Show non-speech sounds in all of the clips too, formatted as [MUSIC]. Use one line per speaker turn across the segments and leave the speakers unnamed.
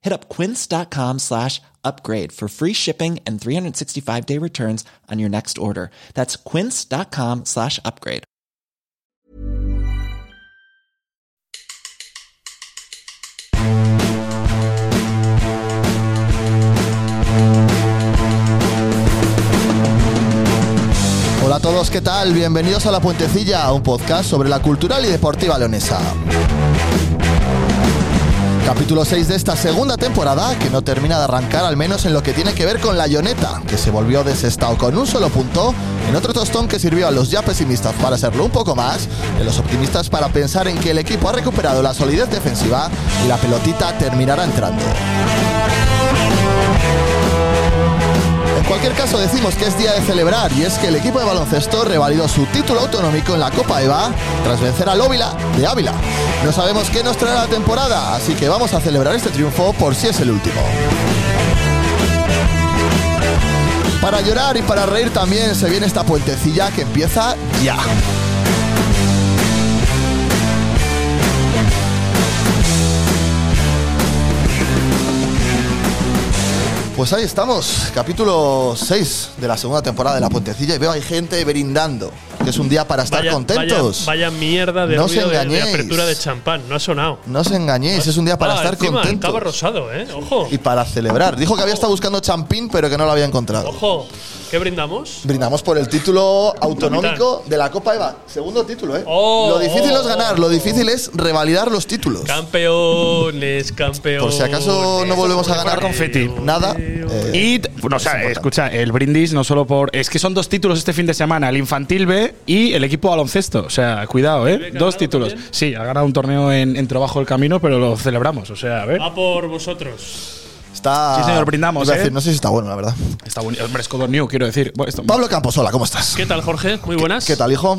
Hit up quince.com slash upgrade for free shipping and 365 day returns on your next order. That's quince.com slash upgrade.
Hola a todos, ¿qué tal? Bienvenidos a La Puentecilla, un podcast sobre la cultural y deportiva leonesa. Capítulo 6 de esta segunda temporada, que no termina de arrancar al menos en lo que tiene que ver con la Ioneta, que se volvió desestado con un solo punto, en otro tostón que sirvió a los ya pesimistas para serlo un poco más, y a los optimistas para pensar en que el equipo ha recuperado la solidez defensiva y la pelotita terminará entrando. En cualquier caso decimos que es día de celebrar y es que el equipo de baloncesto revalidó su título autonómico en la Copa EVA tras vencer al Óvila de Ávila. No sabemos qué nos traerá la temporada, así que vamos a celebrar este triunfo por si es el último. Para llorar y para reír también se viene esta puentecilla que empieza ya. Pues ahí estamos, capítulo 6 de la segunda temporada de La Puentecilla y veo hay gente brindando, que es un día para estar
Vaya-
contentos.
Vaya, vaya mierda de
No
ruido
os
de- de,
engañéis.
apertura de champán. No ha sonado.
No os engañéis, es un día para
Ah,
estar
encima,
contentos.
Estaba rosado, ¿eh? Ojo.
y para celebrar. Dijo que había estado buscando champín, pero que no lo había encontrado.
Ojo. ¿Qué brindamos?
Brindamos por el título autonómico de la Copa Eva. Segundo título, ¿eh?
Oh,
lo difícil
oh,
no es ganar, lo difícil es revalidar los títulos.
Campeones, campeones.
Por si acaso no volvemos a ganar
confeti.
nada. eh,
Y, bueno, o sea, escucha, el brindis no solo por. Es que son dos títulos este fin de semana: el infantil B y el equipo baloncesto. O sea, cuidado, ¿eh?
ha
Dos
ganado
títulos.
también?
Sí, ha ganado un torneo en, en Trabajo del Camino, pero lo celebramos. O sea, a ver.
Va por vosotros.
está.
Sí, señor, brindamos,
iba a
¿eh?
decir, no sé si está bueno, la verdad.
Está bonito. Hombre, es Codor New, quiero decir. Bueno, esto-
Pablo Camposola, ¿cómo estás?
¿Qué tal, Jorge? Muy buenas.
¿Qué tal, hijo?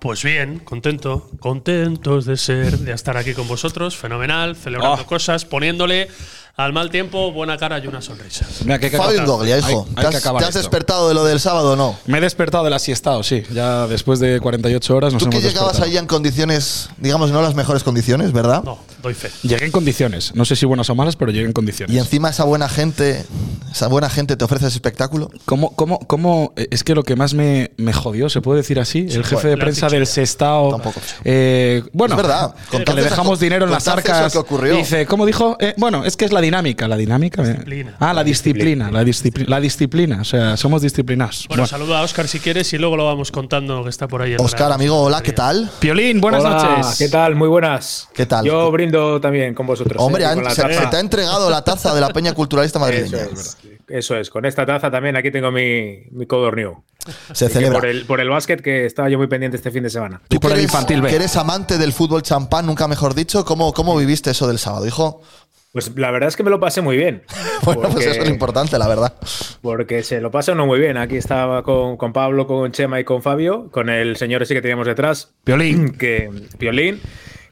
Pues bien, contento. Contentos de ser, de estar aquí con vosotros. Fenomenal, celebrando
Ah.
cosas, poniéndole al mal tiempo buena cara y una sonrisa.
Mira, que hay que
Fabio
acabar.
Ingoglia, hijo.
Hay- hay
¿Te has,
que acabar
te has
esto.
despertado de lo del sábado o no?
Me he despertado de la siesta, o sí. Ya después de 48 horas nos
Tú que
hemos
llegabas
despertado.
ahí en condiciones, digamos, no las mejores condiciones, ¿verdad?
No, doy fe.
Llegué en condiciones. No sé si buenas o malas, pero llegué en condiciones.
Y encima esa buena gente, esa buena gente te ofrece ese espectáculo.
¿Cómo, cómo, cómo- eh, es que lo que más me, me jodió, se puede decir así, el jefe de
lo has
prensa
dicho
del
ya.
Sestao.
Tampoco.
eh, bueno,
Es verdad.
que
Contaste
le dejamos
eso-
dinero en las
contaste eso
arcas.
que ocurrió.
Dice, ¿cómo dijo? Eh, bueno, es que es la dinámica, la dinámica. eh.
Disciplina.
Ah, la disciplina, la disciplina, la disciplina. O sea, somos disciplinados.
Bueno,
Bueno.
saluda a Oscar si quieres y luego lo vamos contando lo que está por ahí. atrás.
Oscar, amigo, hola, ¿qué tal?
Piolín, buenas
Hola,
noches.
¿Qué tal? Muy buenas.
¿Qué tal?
Yo brindo también con vosotros.
Hombre,
¿eh?
han-
Con la
se,
taza.
se te ha entregado la taza de la Peña Culturalista
Eso
Madrileña.
es, eso es. Con esta taza también aquí tengo mi, mi codornio.
Se
Que
celebra.
Por el, por el básquet que estaba yo muy pendiente este fin de semana.
Y por
que
el
eres-
infantil B.
Que eres amante del fútbol champán, nunca mejor dicho. ¿Cómo, cómo viviste eso del sábado, hijo? [LAUGHS]
Pues la verdad es que me lo pasé muy bien.
Bueno, pues eso es lo importante, la verdad.
Porque se lo pasa uno muy bien. Aquí estaba con, con Pablo, con Chema y con Fabio, con el señor ese [CLEARS THROAT] que teníamos detrás,
Piolín.
que Violín,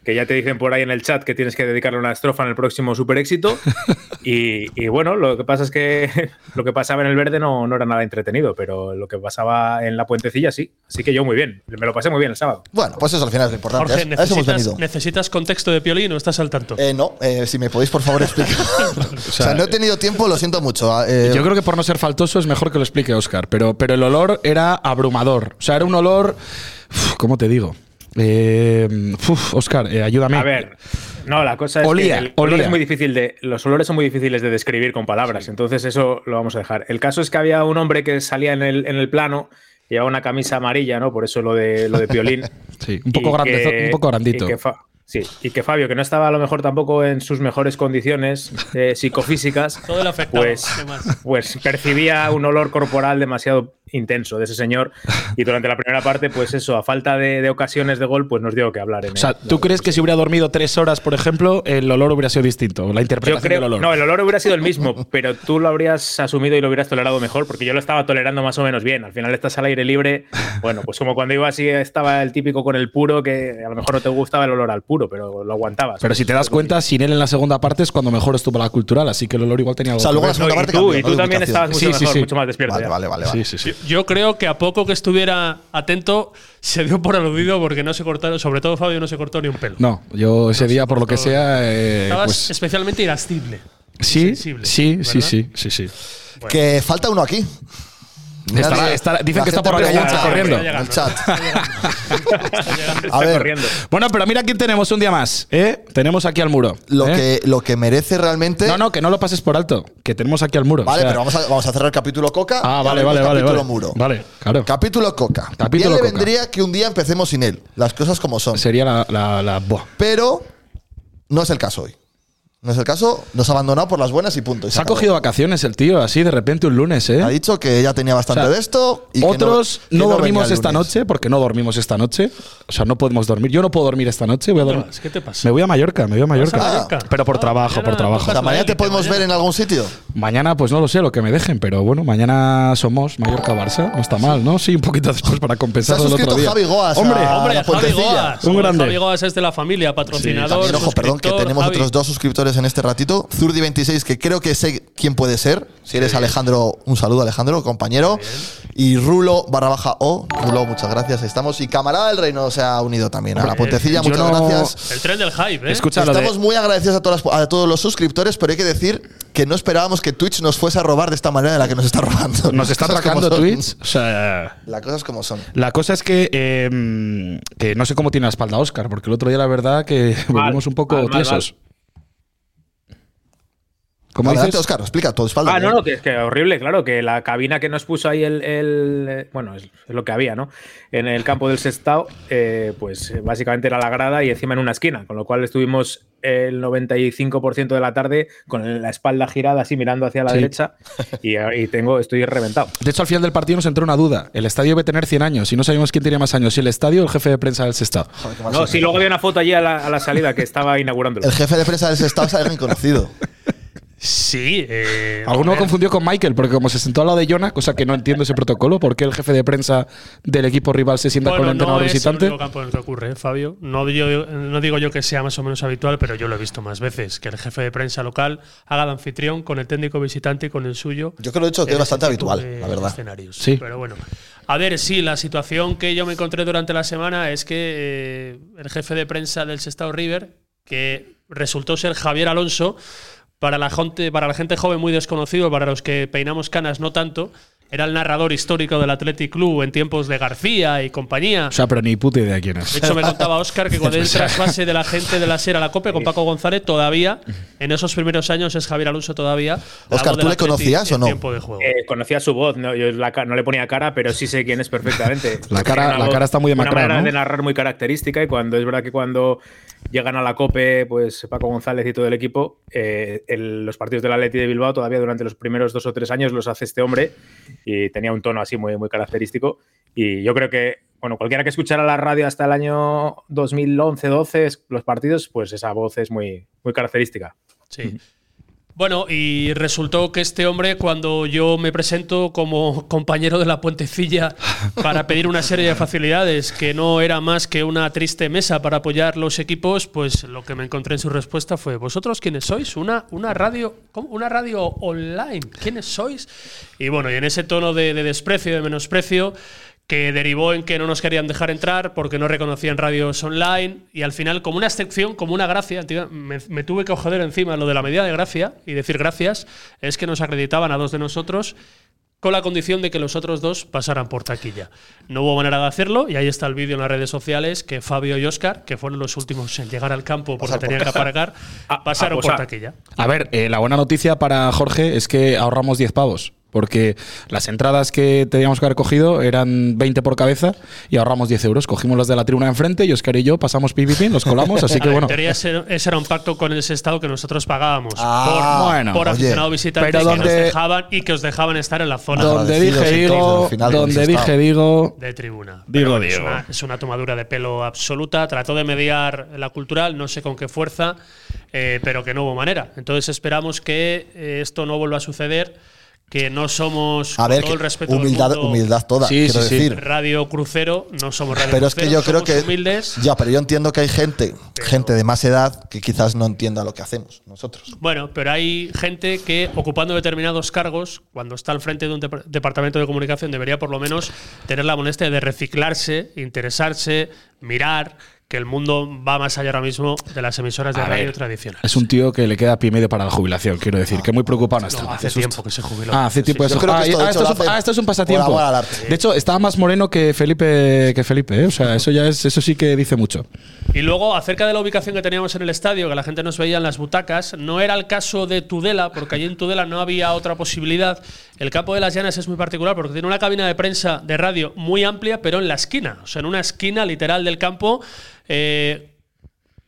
que ya te dicen por ahí en el chat que tienes que dedicarle una estrofa en el próximo super éxito. Y, y bueno, lo que pasa es que [LAUGHS] lo que pasaba en el verde no, no era nada entretenido, pero lo que pasaba en la puentecilla sí. Así que yo muy bien, me lo pasé muy bien el sábado.
Bueno, pues eso al final es lo importante.
Jorge,
a eso- a eso hemos
¿necesitas,
venido.
¿necesitas contexto de Piolín o estás al tanto?
Eh, no, eh, si me podéis por favor
[LAUGHS]
explicar. o sea, no he tenido tiempo, lo siento mucho. ah, eh,
Yo creo que por no ser faltoso es mejor que lo explique Oscar, pero, pero el olor era abrumador. O sea, era un olor. Uf, ¿Cómo te digo? Eh, uf, Oscar, eh, ayúdame.
A ver, no, la cosa es
Olía,
que el olor
olía.
es muy difícil de, los olores son muy difíciles de describir con palabras, entonces eso lo vamos a dejar. El caso es que había un hombre que salía en el, en el plano, que llevaba una camisa amarilla, ¿no? Por eso lo de, lo de Piolín.
Sí, [LAUGHS] un poco,
Y
grande,
que-
un poco grandito.
y que Fa- sí, y que Fabio, que no estaba a lo mejor tampoco en sus mejores condiciones
[LAUGHS]
eh, psicofísicas,
Todo el afectado.
pues,
¿Qué más?
pues percibía un olor corporal demasiado intenso de ese señor. Y durante la primera parte, pues eso, a falta de, de ocasiones de gol, pues nos dio que hablar. En
o sea,
el-
¿tú crees que si hubiera dormido tres horas, por ejemplo, el olor hubiera sido distinto? La
yo
interpretación
creo,
del olor.
no, el olor hubiera sido el mismo, [LAUGHS] pero tú lo habrías asumido y lo hubieras tolerado mejor, porque yo lo estaba tolerando más o menos bien. Al final estás al aire libre, bueno, pues como cuando iba así estaba el típico con el puro, que a lo mejor no te gustaba el olor al puro, pero lo aguantabas.
pero si te das cuenta, sin él en la segunda parte es cuando mejor estuvo la cultural, así que el olor igual tenía algo
O sea,
que
luego
ver.
la segunda
Pues No, y
parte
tú-
cambió,
y tú
la ubicación.
también estabas mucho
Sí, sí,
mejor,
sí.
mucho más despierto.
Vale,
ya. [LAUGHS]
vale, vale.
Sí,
vale.
sí, sí.
Yo creo que a poco que estuviera atento se dio por aludido porque no se cortaron, sobre todo Fabio no se cortó ni un pelo.
No, yo ese día, por lo que sea, eh,
Estabas
pues,
especialmente irascible.
Ah,
sí, sí,
sensible,
sí, sí,
¿verdad?
sí, sí.
Que falta uno aquí.
Estará-
Nadie-
estará- dicen
la
que está
gente
por allá
pregunta
corriendo.
en el
Está
chat.
Está
A ver,
corriendo.
Bueno, pero mira quién tenemos un día más. ¿eh? Tenemos aquí al muro. [LAUGHS]
lo,
¿eh?
que, lo que merece realmente.
No, no, que no lo pases por alto. Que tenemos aquí al muro.
Vale,
o sea-
pero vamos a, vamos a cerrar el capítulo Coca.
Ah,
y
vale,
abrimos
vale, vale.
Capítulo
vale.
Muro.
Vale, claro.
Capítulo Coca.
Capítulo
Bien le
Coca.
vendría que un día empecemos sin él. Las cosas como son.
Sería la. la, la- buah.
Pero no es el caso hoy. No es el caso. Nos ha abandonado por las buenas y punto. y se
Se ha
acabó.
cogido vacaciones el tío, así de repente un lunes, ¿eh?
Ha dicho que ya tenía bastante
O sea,
de esto. Y que
Otros
que
no,
venía
dormimos
el
esta
lunes.
noche, porque no dormimos esta noche. O sea, no podemos dormir. Yo no puedo dormir esta noche. Voy a
¿Dónde
dormir.
vas? ¿Qué te pasa?
Me voy a Mallorca, me voy a Mallorca.
Mallorca?
Pero por
Ah,
trabajo, por
mañana
trabajo.
O sea, mañana te podemos ver en algún sitio.
Mañana, pues no lo sé, lo que me dejen, pero bueno, mañana somos Mallorca-Barça. No está mal, ¿no? Sí, un poquito después para
Se
compensar
ha
el otro
suscrito
día.
Javi Goas. a
Hombre,
la
Hombre, Javi
puentecilla.
Goas.
Un grande.
Javi Goas es de la familia, patrocinador.
También, ojo, perdón, que
suscriptor,
tenemos
Javi.
otros dos suscriptores en este ratito. Zurdi26, que creo que sé quién puede ser. Si eres Alejandro, un saludo, Alejandro, compañero. Y Rulo barra baja O. Rulo, muchas gracias. ahí Estamos. Y Camarada del Reino se ha unido también a la Pontecilla.
Eh, yo
Muchas
no-
gracias.
El tren del hype, ¿eh?
Escucha, lo de-
Estamos muy agradecidos a, todas las- a todos los suscriptores, pero hay que decir que no esperábamos que Twitch nos fuese a robar de esta manera de la que nos está robando.
[LAUGHS] nos
[LAUGHS]
está
Las cosas como
atacando
son.
Twitch. O sea,
Las cosas como son.
La cosa es que, eh, que no sé cómo tiene la espalda Oscar, porque el otro día la verdad que [LAUGHS] volvimos un poco
mal, mal,
tiesos. ¿Cómo
Adelante,
dices?
Oscar, explica tu espalda.
Ah, no, no, que es que horrible, claro, que la cabina que nos puso ahí el, el- eh, bueno, es, es lo que había, ¿no? En el campo del Sestao, eh, pues eh, básicamente era la grada y encima en una esquina, con lo cual estuvimos el 95% de la tarde con la espalda girada así mirando hacia la
Sí.
[LAUGHS]
derecha y, y tengo, estoy reventado.
De hecho, al final del partido nos entró una duda. El estadio debe tener 100 años y no sabíamos quién tenía más años, si el estadio o el jefe de prensa del Sestao.
Joder, qué mal
No,
soy.
sí, luego había una foto allí a la, a la salida que
[LAUGHS]
estaba inaugurándolo.
El jefe de prensa del Sestao es alguien conocido.
Sí. Eh,
Alguno
joder.
lo confundió con Michael, porque como se sentó al lado de Jonah, cosa que no entiendo ese protocolo, ¿por qué el jefe de prensa del equipo rival se sienta con el
no
entrenador
es
visitante?
el único campo en el que ocurre, ¿eh, Fabio. No digo, no digo yo que sea más o menos habitual, pero yo lo he visto más veces, que el jefe de prensa local haga de anfitrión con el técnico visitante y con el suyo.
Yo creo, de hecho, que
en
Eh,
es bastante
ese tipo
habitual,
de
la
este
verdad.
escenarios.
Sí.
Pero bueno. A ver, sí, la situación que yo me encontré durante la semana es que eh, el jefe de prensa del Sestao River, que resultó ser Javier Alonso, para la, gente, para la gente joven muy desconocido, para los que peinamos canas no tanto, era el narrador histórico del Athletic Club en tiempos de García y compañía.
O sea, pero ni puta idea quién es.
De hecho, me contaba Oscar que
[LAUGHS]
cuando hay el trasvase de la gente de la SER a la COPE con Paco González, todavía, en esos primeros años, es Javier Alonso todavía. la
Óscar,
voz
¿tú
del
le conocías
Atleti
o
en
no?
tiempo de juego.
Eh, conocía su voz, no, yo la ca- no le ponía cara, pero sí sé quién es perfectamente.
[LAUGHS] La cara-
Tiene una
la
voz-
cara está muy
Una
demacrada,
manera
¿no?
de narrar muy característica y cuando es verdad que cuando llegan a la COPE, pues Paco González y todo el equipo, eh, el- los partidos del Atleti de Bilbao todavía durante los primeros dos o tres años los hace este hombre y tenía un tono así muy, muy característico y yo creo que bueno, cualquiera que escuchara la radio hasta el año 2011-12 los partidos, pues esa voz es muy, muy característica.
Sí. Bueno, y resultó que este hombre, cuando yo me presento como compañero de la puentecilla para pedir una serie de facilidades que no era más que una triste mesa para apoyar los equipos, pues lo que me encontré en su respuesta fue: ¿Vosotros quiénes sois? Una, una radio, ¿cómo? una radio online. ¿Quiénes sois? Y bueno, y en ese tono de, de desprecio, de menosprecio, que derivó en que no nos querían dejar entrar porque no reconocían radios online y al final como una excepción, como una gracia, tío, me, me tuve que joder encima lo de la medida de gracia y decir gracias, es que nos acreditaban a dos de nosotros con la condición de que los otros dos pasaran por taquilla. No hubo manera de hacerlo y ahí está el vídeo en las redes sociales que Fabio y Oscar, que fueron los últimos en llegar al campo porque
Pasar por Ah,
tenían que aparcar,
A-
pasaron
a
pues
por
posar.
taquilla.
A ver, eh, la buena noticia para Jorge es que ahorramos 10 pavos. Porque las entradas que teníamos que haber cogido eran 20 por cabeza y ahorramos 10 euros. Cogimos las de la tribuna de enfrente y Oscar y yo pasamos pim, pim, pim, los colamos. Así
A
que
ver,
bueno.
En teoría ese, ese era un pacto con ese estado que nosotros pagábamos
Ah,
por,
bueno,
por
oye,
aficionado visitante
pero
que nos
donde-
dejaban y que os dejaban estar en la zona
[LAUGHS]
Donde
Agradecidos
dije
entonces,
digo,
al final, con
donde
ese
dije
estado.
digo,
de tribuna.
Digo,
Pero es
digo.
una- es una tomadura de pelo absoluta. Trató de mediar la cultural, no sé con qué fuerza, eh, pero que no hubo manera. Entonces esperamos que eh, esto no vuelva a suceder, que no somos
A
con
ver,
todo el
que
respeto del
humildad,
mundo,
humildad toda,
Sí,
quiero
sí, sí.
decir.
Radio crucero, no somos radio
Pero es que yo
crucero,
creo
somos
que.
humildes.
Ya, pero yo entiendo que hay gente, gente de más edad, que quizás no entienda lo que hacemos nosotros.
Bueno, pero hay gente que ocupando determinados cargos, cuando está al frente de un dep- departamento de comunicación, debería por lo menos tener la molestia de reciclarse, interesarse, mirar que el mundo va más allá ahora mismo de las emisoras de
A
radio
ver,
tradicionales.
es un tío que le queda pie y medio para la jubilación, quiero decir, que muy preocupado no está.
hace
Qué susto.
tiempo que se jubiló.
Ah, hace tiempo
Yo
eso.
creo que
Ah,
esto, de hecho,
ah, esto
lo
es un-
hace
ah, esto es un
por
pasatiempo.
amor al arte.
De hecho, estaba más moreno que Felipe, que Felipe, ¿eh? o sea, eso ya es, eso sí que dice mucho.
Y luego, acerca de la ubicación que teníamos en el estadio, que la gente nos veía en las butacas, no era el caso de Tudela, porque allí en Tudela no había otra posibilidad. El campo de las Llanas es muy particular porque tiene una cabina de prensa de radio muy amplia, pero en la esquina, o sea, en una esquina literal del campo. eh,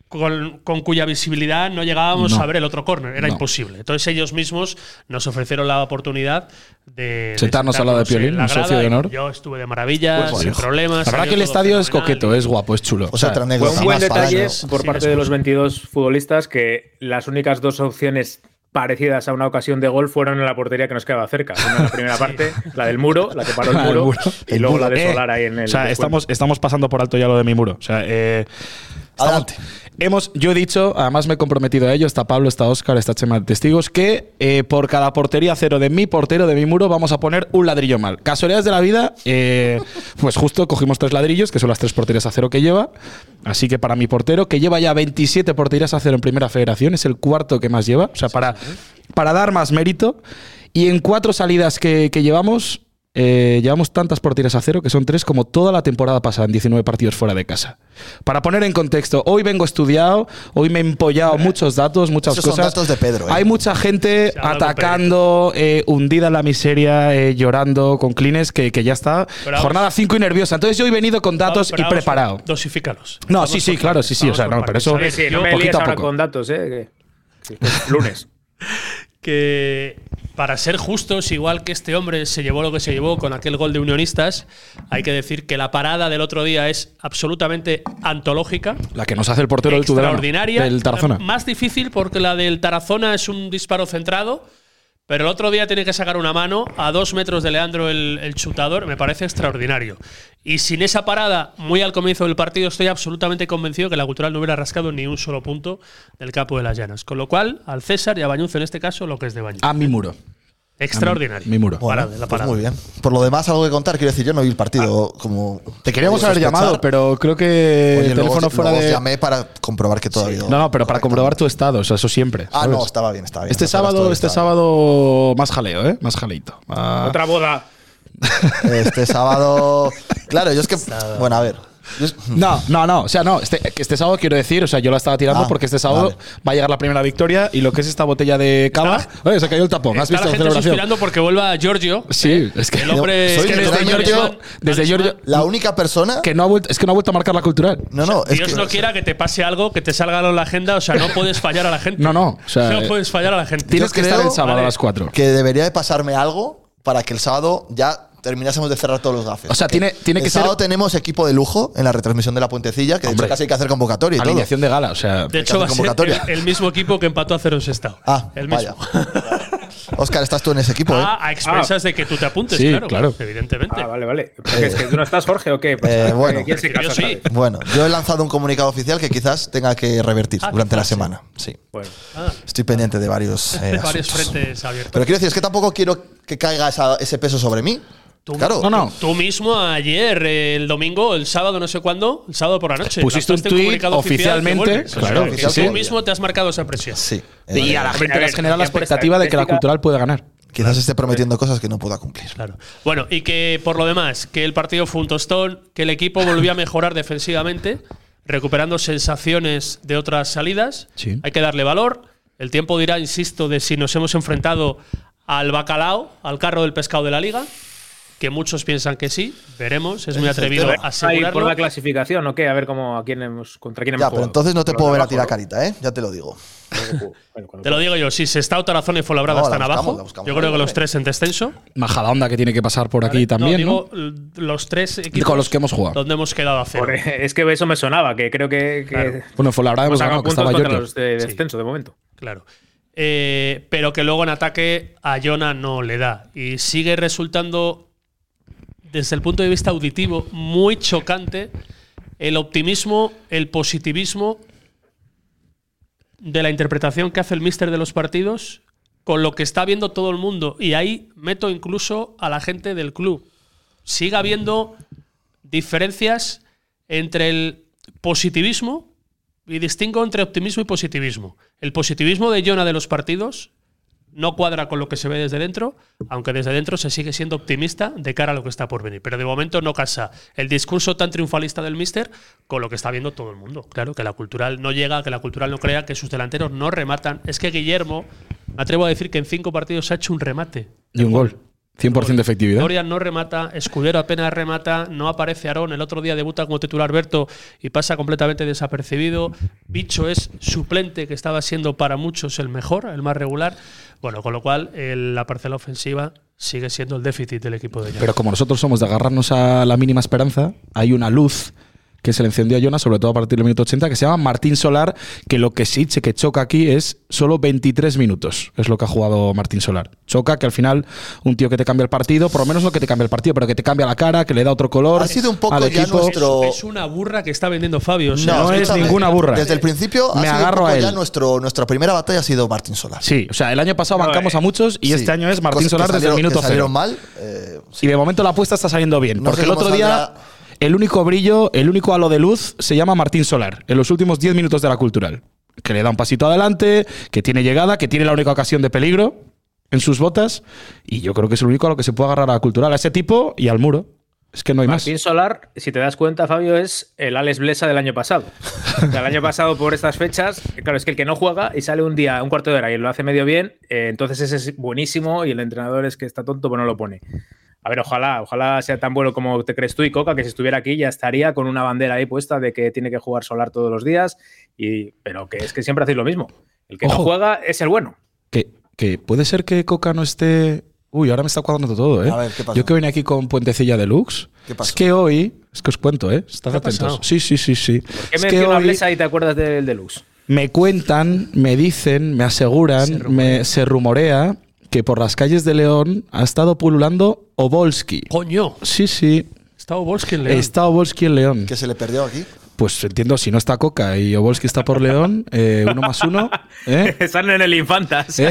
con, con cuya visibilidad no llegábamos
No.
a ver el otro córner, era
No.
imposible. Entonces ellos mismos nos ofrecieron la oportunidad de de
Sentarnos al lado de
sentarnos en
Piolín,
la
un socio
grada,
de
y
honor.
Yo estuve de maravillas,
Pues,
sin
hijo.
problemas.
La verdad
salió
que el
todo
estadio es
fenomenal.
coqueto, es guapo, es chulo.
O sea, otra
Fue
anécdota
un buen
más para el
detalle
año.
por
Sí,
parte
es
de los 22 futbolistas que las únicas dos opciones parecidas a una ocasión de gol fueron en la portería que nos quedaba cerca. Una en la primera parte, la del muro, la que paró
[LAUGHS]
el
Ah, el
muro,
muro.
y luego la de
Eh,
Solar ahí en el
O sea,
descuento.
estamos, estamos pasando por alto ya lo de mi muro. O sea, eh,
Adelante.
Hemos, yo he dicho, además me he comprometido a ello, está Pablo, está Óscar, está Chema de Testigos, que eh, por cada portería cero de mi portero, de mi muro, vamos a poner un ladrillo mal. Casualidades de la vida, eh, pues justo cogimos tres ladrillos, que son las tres porterías a cero que lleva. Así que para mi portero, que lleva ya 27 porterías a cero en Primera Federación, es el cuarto que más lleva. O sea, para, para dar más mérito. Y en cuatro salidas que, que llevamos, eh, llevamos tantas porterías a cero que son tres como toda la temporada pasada en 19 partidos fuera de casa. Para poner en contexto, hoy vengo estudiado, hoy me he empollado muchos datos, muchas
Esos son
cosas.
datos de Pedro, ¿eh?
Hay mucha gente
Se ha hablado
atacando, eh, hundida en la miseria, eh, llorando con clines, que, que ya está.
Bravos.
Jornada 5 y nerviosa. Entonces yo hoy he venido con datos
Vamos,
y
bravos,
preparado.
Dosifícalos.
No,
Vamos
sí, sí,
por
claro,
partes,
sí, sí. O
vamos
sea,
por
no, pero
partes.
eso.
A ver,
Sí, sí, no me
poquito
líes
a
ahora
poco.
con datos, ¿eh? que- que- Lunes.
que para ser justos, igual que este hombre se llevó lo que se llevó con aquel gol de Unionistas, hay que decir que la parada del otro día es absolutamente antológica.
La que nos hace el portero del Tudelano,
extraordinaria.
Del Tarazona.
Más difícil porque la del Tarazona es un disparo centrado. Pero el otro día tiene que sacar una mano a dos metros de Leandro el, el chutador, me parece extraordinario. Y sin esa parada, muy al comienzo del partido, estoy absolutamente convencido que la cultural no hubiera rascado ni un solo punto del capo de las llanas. Con lo cual, al César y a Bañuz en este caso, lo que es de Bañuz.
A mi muro.
extraordinario.
mi muro.
Bueno,
Parada, la
pues
parada.
muy bien. Por lo demás, algo que contar. Quiero decir, yo no vi el partido como.
Te queríamos
como
haber
sospechar.
llamado, pero creo que
Oye,
el
luego-
teléfono fuera
luego os
de.
llamé para comprobar que todavía.
No, no, pero para comprobar tu estado, o sea, eso siempre.
Ah,
¿sabes?
no, estaba bien, estaba bien.
Este
Las horas
sábado,
todavía
este
estaban
sábado más jaleo, ¿eh? Más jaleito. Ah,
Otra boda.
bien. Este sábado. Claro, yo es que. Bueno, a ver. Yo es-
No, no, no. O sea, no. Este, que este sábado quiero decir, o sea, yo la estaba tirando
Ah,
porque este sábado
vale.
va a llegar la primera victoria y lo que es esta botella de cava. Oye, se cayó el tapón. ¿Has
Está la
visto la
gente
celebración?
suspirando porque vuelva Giorgio.
Sí, es que,
El
[LAUGHS]
hombre-
es
Soy
que desde
literalmente-
Giorgio, desde Giorgio
La única persona.
que no ha vuelto, es que no ha vuelto a marcar la cultural.
no, no, es
Dios
que.
no quiera que te pase algo, que te salga algo en la agenda. O sea, no puedes fallar a la gente.
[LAUGHS] No, no, o sea, eh,
no puedes fallar a la gente.
Tienes que estar
creo-
el sábado
Vale.
a las 4.
que debería de pasarme algo para que el sábado ya terminásemos de cerrar todos los gafes.
O sea,
Porque
tiene- tiene que
el sábado
ser-
tenemos equipo de lujo en la retransmisión de la puentecilla, que de hecho
Hombre.
casi hay que hacer convocatoria y todo.
Alineación de gala, o sea.
De
Hay que
hecho, va a
hacer
ser
convocatoria.
el, el mismo equipo que empató a cero en Sestao.
Ah,
el
vaya.
mismo.
[LAUGHS] Oscar, estás tú en ese equipo, ¿eh?
Ah, a expensas de que tú te apuntes,
Sí,
claro,
claro.
Evidentemente.
Ah, vale, vale. Porque es que tú no estás, Jorge, o qué? Pues,
Eh,
¿quién
bueno.
se
Yo
casa,
sí.
sabes?
Bueno, yo he lanzado un comunicado oficial que quizás tenga que revertir
Ah,
durante la
quizás,
semana. Sí.
Bueno.
Ah.
Estoy pendiente de
[LAUGHS]
varios, eh,
Varios
asuntos.
frentes abiertos.
Pero quiero decir, es que tampoco quiero que caiga esa- ese peso sobre mí.
Tú-
claro.
No, no.
Tú mismo ayer, el domingo, el sábado, no sé cuándo, el sábado por la noche.
Pusiste un
lanzaste
tuit
comunicado
oficialmente,
que vuelves. O sea,
claro,
que
sí, sí.
Tú mismo te has marcado esa presión.
Sí. eh,
Y a la gente le has generado la
siempre está
expectativa de que la
estética.
cultural puede ganar.
Quizás esté prometiendo cosas que no pueda cumplir.
Claro. Bueno, y que por lo demás, que el partido fue un tostón, que el equipo volvió a mejorar defensivamente, recuperando sensaciones de otras salidas.
Sí.
Hay que darle valor. El tiempo dirá, insisto, de si nos hemos enfrentado al bacalao, al carro del pescado de la liga, que muchos piensan que sí. Veremos, es muy
Ese es el
atrevido
tema.
Ahí, por
asegurarlo.
la clasificación o qué, a ver cómo a quién hemos contra quién hemos
Ya, pero
jugado.
entonces no te
Los
puedo
de
ver a
abajo,
ti la
¿no?
carita, ¿eh? Ya te lo digo.
Bueno, con lo
Te lo
cual.
digo yo, si se está Tarazona y Fuenlabrada
No, la
están
buscamos, la
abajo,
buscamos.
yo creo que
Vale.
los tres en descenso.
Majada onda que tiene que pasar por aquí
no,
también, ¿no?
digo, l- los tres equipos
Con los que hemos jugado.
donde hemos quedado a cero.
Por- es que eso me sonaba, que creo que, que
Bueno, fue la verdad
hemos
hemos ganado,
sacado
que
puntos
estaba
contra
Yorker.
los de descenso de momento.
Claro. Eh, pero que luego en ataque a Jona no le da. Y sigue resultando, desde el punto de vista auditivo, muy chocante el optimismo, el positivismo de la interpretación que hace el mister de los partidos con lo que está viendo todo el mundo. Y ahí meto incluso a la gente del club. Sigue habiendo diferencias entre el positivismo y distingo entre optimismo y positivismo. El positivismo de Jonah de los partidos no cuadra con lo que se ve desde dentro, aunque desde dentro se sigue siendo optimista de cara a lo que está por venir. Pero de momento no casa el discurso tan triunfalista del míster con lo que está viendo todo el mundo. Claro, que la cultural no llega, que la cultural no crea, que sus delanteros no rematan. Es que Guillermo, me atrevo a decir que en cinco partidos ha hecho un remate.
Y un gol. 100% de efectividad.
Dorian no remata, Escudero apenas remata, no aparece Aarón, el otro día debuta como titular Berto y pasa completamente desapercibido. Bicho es suplente, que estaba siendo para muchos el mejor, el más regular. Bueno, con lo cual el- la parcela ofensiva sigue siendo el déficit del equipo de Jan.
Pero como nosotros somos de agarrarnos a la mínima esperanza, hay una luz que se le encendió a Jonas, sobre todo a partir del minuto 80, que se llama Martín Solar, que lo que sí che- que choca aquí es solo 23 minutos, es lo que ha jugado Martín Solar. Choca que al final un tío que te cambia el partido, por lo menos no que te cambia el partido, pero que te cambia la cara, que le da otro color.
Ha sido un poco
al
ya
equipo.
nuestro-
es, es una burra que está vendiendo Fabio. ¿eh? o sea,
No, es
escúchame,
ninguna burra.
Desde el principio ha
Me
sido un
agarro
poco
a él.
ya nuestro, nuestra primera batalla ha sido Martín Solar.
Sí, o sea, el año pasado
No,
bancamos
eh,
a muchos y
Sí.
este año es
Cosas
Martín
que
Solar desde el
salieron-
minuto
que
cero.
salieron mal. eh,
Y de momento la apuesta está saliendo bien.
No sé
porque el
cómo
otro día,
saldrá.
el único brillo, el único halo de luz se llama Martín Solar, en los últimos 10 minutos de la cultural. Que le da un pasito adelante, que tiene llegada, que tiene la única ocasión de peligro en sus botas. Y yo creo que es el único a lo que se puede agarrar a la cultural, a ese tipo y al muro. Es que no hay
Martín Solar, si te das cuenta, Fabio, es el Alex Blesa del año pasado. O sea, el año pasado, por estas fechas, claro, es que el que no juega y sale un día, un cuarto de hora y lo hace medio bien, eh, entonces ese es buenísimo y el entrenador es que está tonto, pues no lo pone. A ver, ojalá, ojalá sea tan bueno como te crees tú y Coca, que si estuviera aquí ya estaría con una bandera ahí puesta de que tiene que jugar Solar todos los días, y, pero que es que siempre hacéis lo mismo. El que
Ojo.
no juega es el bueno.
más. Que, que puede ser que Coca no esté. Uy, ahora me está cuadrando todo, ¿eh?
A ver, ¿qué pasó?
Yo que vine aquí con Puentecilla Deluxe.
¿Qué pasó?
Es que hoy. Es que os cuento, ¿eh? Estad
¿Qué ha pasado?
atentos. Sí, sí, sí, sí.
¿Por qué
Es
me
que
menciono a
hoy-
Blesa y te acuerdas del deluxe?
Me cuentan, me dicen, me aseguran, se rumorea, me, se rumorea que por las calles de León ha estado pululando Obolski.
coño,
Sí, sí.
está Obolski en León.
Está Obolski en León.
que se le perdió aquí.
Pues entiendo, si no está Coca y Obolski está por León, eh, uno más uno.
[LAUGHS]
¿eh?
[LAUGHS] Están en el Infantas.
¿Eh?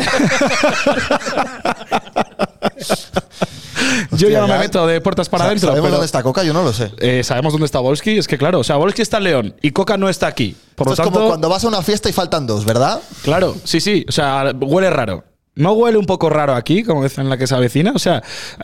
Yo ya no
ya-
me meto de puertas para
Sa-
adentro.
¿Sabemos
pero-
dónde está Coca? Yo no lo sé.
Eh, Sabemos dónde está Obolski. Es que claro, o sea, Obolski está en León y Coca no está aquí. Por
Esto
lo
es
tanto,
como cuando vas a una fiesta y faltan dos,
[LAUGHS]
¿verdad?
Claro, sí, sí. O sea, huele raro. ¿No huele un poco raro aquí, como dicen la que se avecina? O sea,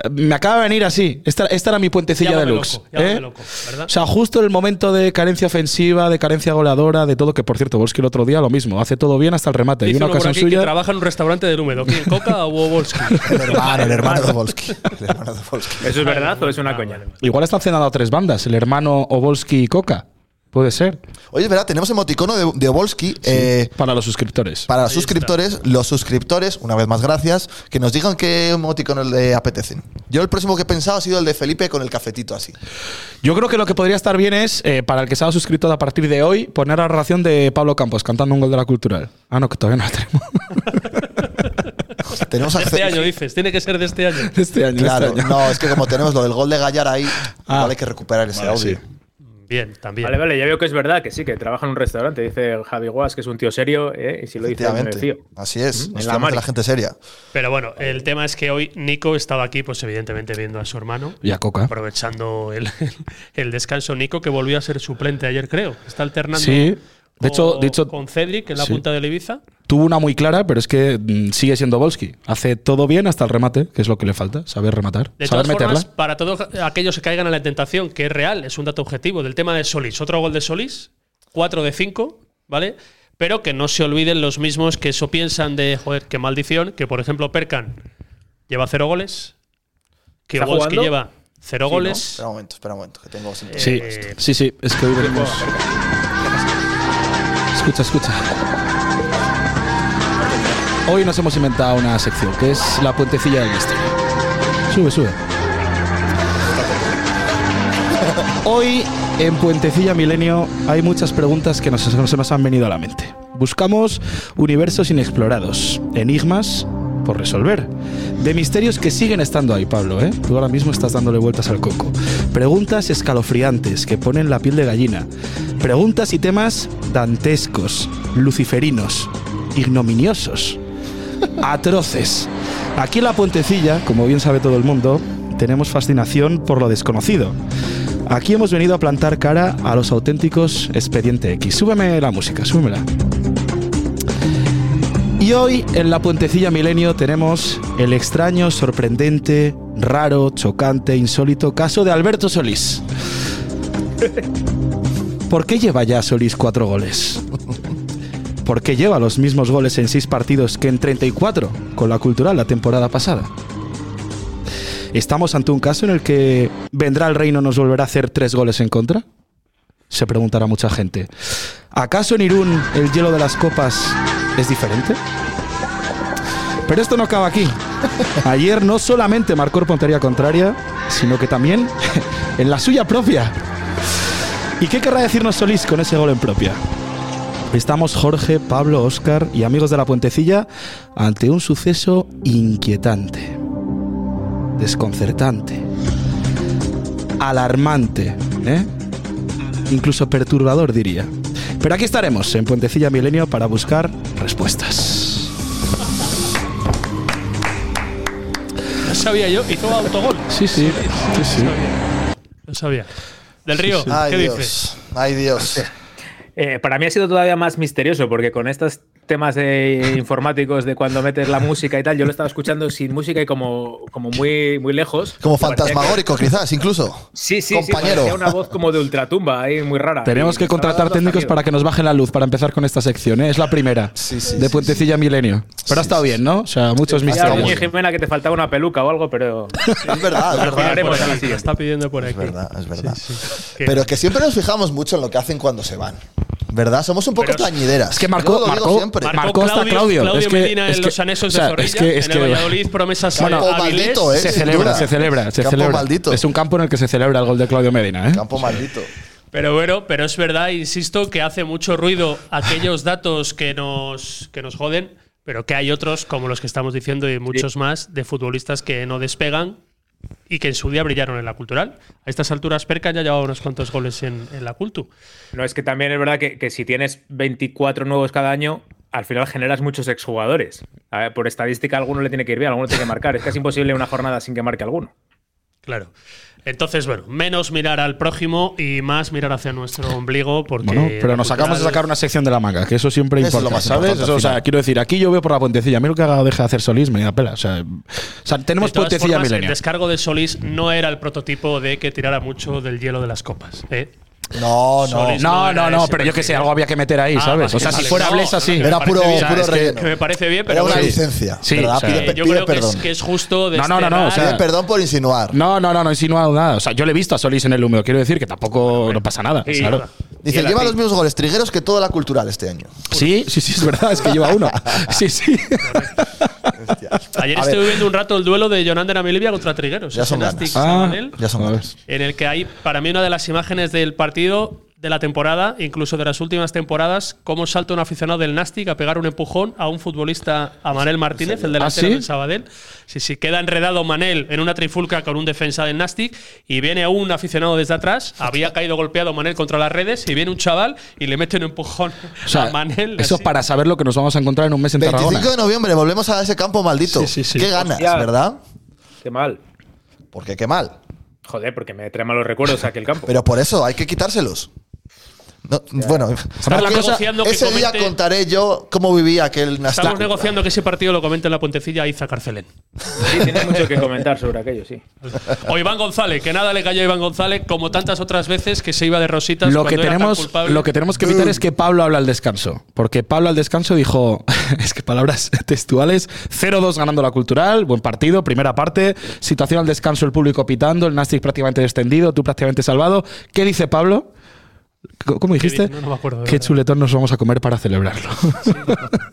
me acaba de venir así. Esta, esta era mi puentecilla
Llámame
de lux.
loco, llámame
¿eh?
loco, ¿verdad?
O sea, justo el momento de carencia ofensiva, de carencia goleadora, de todo, que por cierto, Volsky el otro día lo mismo, hace todo bien hasta el remate.
Dice
y una
uno por
ocasión
aquí que
suya.
trabaja en un restaurante de húmedo. ¿Quién, Coca o
[LAUGHS]
Obolski?
El hermano, el hermano de Volsky. El hermano de Volsky.
ah,
¿Eso es verdad o es una coña?
Igual están cenando a tres bandas, el hermano Obolski y Coca. Puede ser.
Oye, es verdad, tenemos emoticono de, de Obolsky. eh,
Para los suscriptores.
para los suscriptores, los suscriptores, una vez más gracias, que nos digan qué emoticonos le apetecen. Yo el próximo que he pensado ha sido el de Felipe con el cafetito así.
Yo creo que lo que podría estar bien es, eh, para el que se ha suscrito a partir de hoy, poner la relación de Pablo Campos cantando un gol de la cultural. Ah, no, que todavía no la tenemos. [LAUGHS]
Tenemos
De este
acce-
año, dices. Tiene que ser de este año.
Este
[LAUGHS]
año,
Claro,
este año.
no, es que como tenemos lo del gol de Gallar ahí, igual hay que recuperar ese audio.
Bien, también.
Vale, vale, ya veo que es verdad, que sí, que trabaja en un restaurante. Dice Javi Guas que es un tío serio, ¿eh? y si lo dice, yo me fío.
Efectivamente. Así es, nos
Mm, en la
fiamos de
Mari.
la gente seria.
Pero bueno, el tema es que hoy Nico estaba aquí, pues evidentemente viendo a su hermano.
Y a Coca.
Aprovechando el, [LAUGHS] el descanso, Nico, que volvió a ser suplente ayer, creo. Está alternando
Sí. De hecho,
con,
de hecho,
con Cedric en la
sí.
punta del Ibiza.
tuvo una muy clara, pero es que mm, sigue siendo Volsky. Hace todo bien hasta el remate, que es lo que le falta, saber rematar,
De
saber
todas
meterla.
formas, para todos aquellos que caigan a la tentación, que es real, es un dato objetivo, del tema de Solís. Otro gol de Solís, 4 de 5, ¿vale? Pero que no se olviden los mismos que eso piensan de, joder, qué maldición, que por ejemplo Perkan lleva 0 goles, que
¿Está
Wolski
jugando?
lleva 0 goles.
Espera un momento, espera un momento, que tengo síntomas.
sí,
eh,
sí, sí, es que hoy venimos. Escucha, escucha. Hoy nos hemos inventado una sección que es la puentecilla del misterio. Sube, sube. Hoy en Puentecilla Milenio hay muchas preguntas que nos, se nos han venido a la mente. Buscamos universos inexplorados, enigmas por resolver, de misterios que siguen estando ahí, Pablo. ¿eh? Tú ahora mismo estás dándole vueltas al coco. Preguntas escalofriantes que ponen la piel de gallina. Preguntas y temas dantescos, luciferinos, ignominiosos atroces. Aquí en la puentecilla, como bien sabe todo el mundo, tenemos fascinación por lo desconocido. Aquí hemos venido a plantar cara a los auténticos Expediente X. Súbeme la música, súbemela. Y hoy en la puentecilla milenio tenemos el extraño, sorprendente, raro, chocante, insólito caso de Alberto Solís. ¿Por qué lleva ya Solís cuatro goles? ¿Por qué lleva los mismos goles en 6 partidos que en 34 con la Cultural la temporada pasada? ¿Estamos ante un caso en el que vendrá el reino nos volverá a hacer tres goles en contra? Se preguntará mucha gente. ¿Acaso en Irún el hielo de las copas es diferente? Pero esto no acaba aquí. Ayer no solamente marcó portería contraria, sino que también [LAUGHS] en la suya propia. ¿Y qué querrá decirnos Solís con ese gol en propia? Estamos Jorge, Pablo, Óscar y amigos de la Puentecilla ante un suceso inquietante, desconcertante, alarmante, ¿eh? incluso perturbador diría. Pero aquí estaremos en Puentecilla Milenio para buscar respuestas.
No sabía yo, hizo autogol.
Sí, sí, sí,
No sabía. Del Río,
Ay,
¿qué
Dios.
dices?
Ay, Dios.
Eh, para mí ha sido todavía más misterioso, porque con estos temas de informáticos de cuando metes la música y tal, yo lo estaba escuchando sin música y como, como muy, muy lejos.
Como
Y parecía que-
fantasmagórico, quizás, incluso.
Sí, sí, sí,
Compañero.
parecía una voz como de ultratumba, ahí muy rara.
Tenemos
Y
que
me estaba
contratar
dando
técnicos
hasta miedo.
para que nos bajen la luz para empezar con esta sección. ¿eh? Es la primera
Sí, sí,
de
sí,
Puentecilla Milenio. Pero ha estado bien, ¿no? O sea, muchos
Hasta
Ya,
misterios.
Doña
bueno.
Jimena, que te faltaba una peluca o algo, pero.
[LAUGHS] Es verdad, es
Lo
verdad.
haremos
Por
a la
aquí,
siguiente.
está pidiendo por aquí.
Es verdad, es verdad.
Que-
Pero que siempre nos fijamos mucho en lo que hacen cuando se van. ¿Verdad? Somos un poco
Pero-
plañideras.
Es que
Yo
marcó,
lo digo
marcó,
siempre.
Marcó
marcó hasta Claudio. es que,
Medina
es
en
que-
los anexos
o sea,
de Zorrilla,
es que- es
en el
que-
Valladolid, promesas
Bueno,
a Avilés.
maldito, ¿eh?
se
sin
celebra,
duda.
se celebra, se
Campo
celebra.
maldito.
Es un campo en el que se celebra el gol de Claudio Medina, ¿eh?
Campo maldito.
Pero bueno, pero es verdad, insisto, que hace mucho ruido aquellos datos que nos, que nos joden, pero que hay otros, como los que estamos diciendo y muchos más, de futbolistas que no despegan y que en su día brillaron en la cultural. A estas alturas, Perca ya llevaba unos cuantos goles en, en la cultu.
No, es que también es verdad que, que si tienes 24 nuevos cada año, al final generas muchos exjugadores. A ver, por estadística, a alguno le tiene que ir bien, a alguno tiene que marcar. Es casi imposible una jornada sin que marque alguno.
Claro. Entonces, bueno, menos mirar al prójimo y más mirar hacia nuestro ombligo, porque.
Bueno, pero
la
nos acabamos de
Cultural-
sacar una sección de la manga, que eso siempre
Eso es
importa,
lo más
¿sabes?
importante
Eso, o
al
sea,
final.
quiero decir, aquí yo veo por la puentecilla. A mí lo que haga deja de hacer Solís me da pela. O sea, o sea, tenemos
De todas
puentecilla
formas, el
milenio.
descargo de Solís no era el prototipo de que tirara mucho del hielo de las copas. ¿eh?
No, no.
Solís.
No,
era
no, no,
ese
pero yo que sé,
perfil.
algo había que meter ahí,
Ah,
¿sabes?
vale,
O sea, si
vale.
fuera
No,
Blesa,
no,
así.
no,
Era
me
puro,
parece bien,
puro
es que-
relleno.
que me parece bien, pero
Era una
bueno,
licencia.
Sí,
¿verdad?
o sea,
Pide- pide
yo creo que es,
perdón.
que es justo
No, no, no, no, o sea,
Pide
desterrar-
perdón por insinuar.
No, no, no, no he insinuado nada. O sea, yo le he visto a Solís en el húmedo. Quiero decir que tampoco no pasa nada.
Sí,
claro.
nada.
Dice,
Y el
lleva
Atleti.
los mismos goles trigueros que toda la cultural este año.
Sí, sí, sí, es verdad, es que lleva uno. Sí,
[LAUGHS]
sí.
Ayer
A
estuve
ver.
viendo un rato el duelo de Jonander Amilibia contra Trigueros.
Ya
ese
son
Nastic
ganas.
Ah,
Samanel,
Ya son goles.
en el que hay, para mí, una de las imágenes del partido de la temporada, incluso de las últimas temporadas, cómo salta un aficionado del Nastic a pegar un empujón a un futbolista, a Manel Martínez, el delantero
¿Ah, sí?
del Sabadell. Si sí, queda enredado Manel en una trifulca con un defensa del Nastic y viene a un aficionado desde atrás, había caído golpeado Manel contra las redes y viene un chaval y le mete un empujón
O sea,
a Manel.
eso
así.
para saber lo que nos vamos a encontrar en un mes en
25
Tarragona.
de noviembre, volvemos a ese campo maldito.
Sí, sí, sí.
Qué ganas,
Hostia.
¿verdad?
Qué mal.
Porque qué mal.
Joder, porque me trae malos recuerdos aquel campo.
Pero por eso hay que quitárselos. No, bueno,
Estamos
porque
negociando que
ese día
comente-
contaré yo cómo viví aquel
Estamos
Nastic.
negociando que ese partido lo comente en la puentecilla Iza Carcelén.
Sí, tiene mucho que comentar sobre aquello, sí.
O Iván González, que nada le cayó a Iván González, como tantas otras veces que se iba de rositas.
Lo
cuando
que,
era tan
tenemos,
culpable.
lo que tenemos que evitar es que Pablo habla al descanso. Porque Pablo al descanso dijo, [LAUGHS] es que palabras [LAUGHS] textuales, 0-2 ganando la cultural, buen partido, primera parte, situación al descanso, el público pitando, el Nastic prácticamente descendido, tú prácticamente salvado. ¿Qué dice Pablo? C- ¿Cómo dijiste?
dice? No, no me acuerdo, de
¿Qué
verdad.
chuletón nos vamos a comer para celebrarlo? [LAUGHS]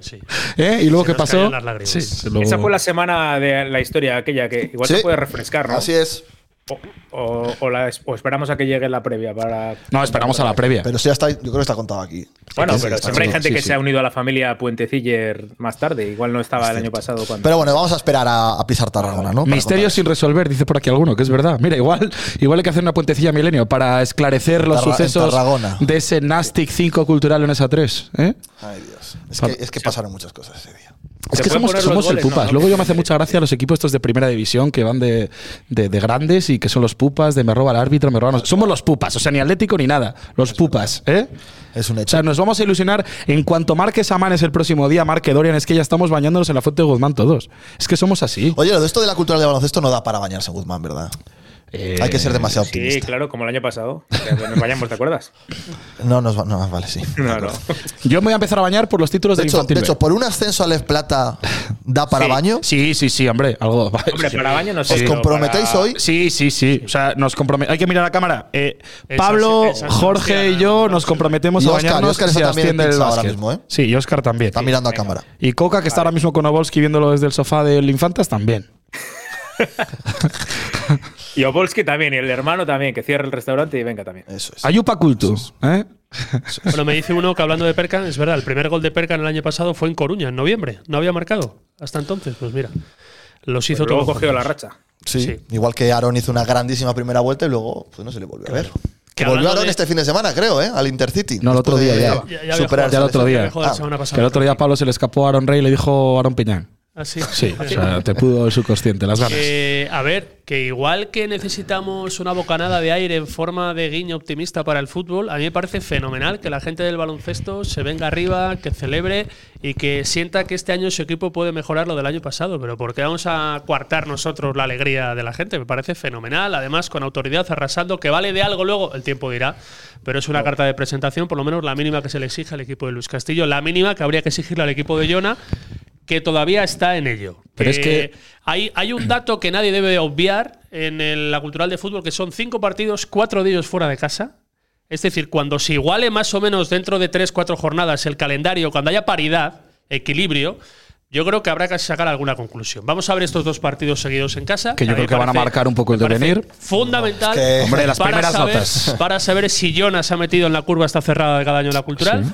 Sí.
¿Eh? ¿Y luego
Se
qué
nos
pasó?
caían las lágrimas.
Sí, se luego-
Esa fue la semana de la historia aquella que igual se
Sí.
puede refrescar, ¿no?
Así es.
O, o- o la es- o esperamos a que llegue la previa para.
No, esperamos a la previa.
Pero sí, ya está, yo creo que está contado aquí.
Bueno,
Sí, sí,
pero
está
siempre hay
contado.
gente
sí,
que
sí.
se ha unido a la familia Puenteciller más tarde. Igual no estaba el año pasado cuando.
Pero bueno, vamos a esperar a, a pisar Tarragona, ¿no? Para
Misterios sin resolver, dice por aquí alguno, que es verdad. Mira, igual, igual hay que hacer una puentecilla milenio para esclarecer los
Tarra- en
sucesos
Tarragona.
de ese Nastic 5 cultural en esa 3. ¿eh?
contar. Ay, Dios. Es que, es que pasaron muchas cosas ese día.
Es
¿Se
que
pueden
somos,
poner los
somos el
goles? No,
pupas.
no.
Luego yo me hace mucha gracia los equipos estos de primera división que van de, de- de grandes y que son los pupas, de me roba el árbitro, me roba. no- Somos los pupas, o sea, ni Atlético ni nada. Los pupas, ¿eh?
Es un
O sea,
hecho.
nos vamos a ilusionar. En cuanto marques Amanes el próximo día, marque Dorian, es que ya estamos bañándonos en la fuente de Guzmán todos. Es que somos así.
Oye, lo de esto de la cultura de baloncesto no da para bañarse, Guzmán, ¿verdad? Hay que ser demasiado
sí,
optimista.
claro, como el año pasado. Que nos vayamos, ¿te
[LAUGHS]
acuerdas?
No nos va, no, vale, sí.
No, no.
Yo me voy a empezar a bañar por los títulos
De
del
hecho,
infantil
de
B.
hecho, por un ascenso a Les Plata da para
Sí.
baño.
Sí, sí, sí, hombre, algo.
[LAUGHS]
[LAUGHS]
Hombre, para baño no sé.
¿Os
pero
comprometéis
para-
hoy?
Sí, sí, sí. O sea, nos comprometemos. Hay que mirar a la cámara. Eh,
Esa-
Pablo,
esa-
Jorge y yo nos comprometemos
Y
a
Óscar, y
bañarnos
Óscar
que
está
se
también
asciende
en
el
pinza ahora
básquet.
mismo, ¿eh?
Sí, y Oscar también.
Está mirando a cámara.
Y Coca, que está ahora mismo con Obolski viéndolo desde el sofá del Infantas, también.
Y Opolsky también, y el hermano también, que cierre el restaurante y venga también.
Eso es.
Ayupa Cultu. ¿eh?
Bueno, me dice uno que hablando de Perkan, es verdad, el primer gol de Perkan el año pasado fue en Coruña, en noviembre. No había marcado hasta entonces. Pues mira, los hizo
Pero Pues luego
todos
cogió la
juntos.
racha.
Sí.
Sí.
Igual que Aaron hizo una grandísima primera vuelta y luego pues, no se le volvió a ver. Que
Que
volvió
hablando
Aaron
de-
este fin de semana, creo, ¿eh? Al Intercity.
No, el otro
Después
día
de
ya.
Ya- ya había
superar
jugado.
Ya el otro
esa
día.
lesión.
Dejó la
Ah,
semana pasada.
Que el otro día Pablo se le escapó a Aaron Rey y le dijo Aaron Peñán.
Ah, sí.
Sí, o sea, te pudo el subconsciente, las ganas.
Eh, a ver, que igual que necesitamos una bocanada de aire en forma de guiño optimista para el fútbol, a mí me parece fenomenal que la gente del baloncesto se venga arriba, que celebre y que sienta que este año su equipo puede mejorar lo del año pasado. Pero ¿por qué vamos a coartar nosotros la alegría de la gente? Me parece fenomenal, además con autoridad, arrasando, que vale de algo luego, el tiempo dirá, pero es una carta de presentación, por lo menos la mínima que se le exige al equipo de Luis Castillo, la mínima que habría que exigirle al equipo de Jona que todavía está en ello. Eh,
Pero es que-
hay, hay un dato que nadie debe obviar en el- la cultural de fútbol, que son cinco partidos, cuatro de ellos fuera de casa. Es decir, cuando se iguale más o menos dentro de tres, cuatro jornadas el calendario, cuando haya paridad, equilibrio, yo creo que habrá que sacar alguna conclusión. Vamos a ver estos dos partidos seguidos en casa.
Que yo
mí
creo
me
que van a marcar un poco
me
el
parece
devenir.
Fundamental.
Es que-
Hombre, las primeras
saber,
notas.
Para saber si Jonas se ha metido en la curva está cerrada de cada año en la cultural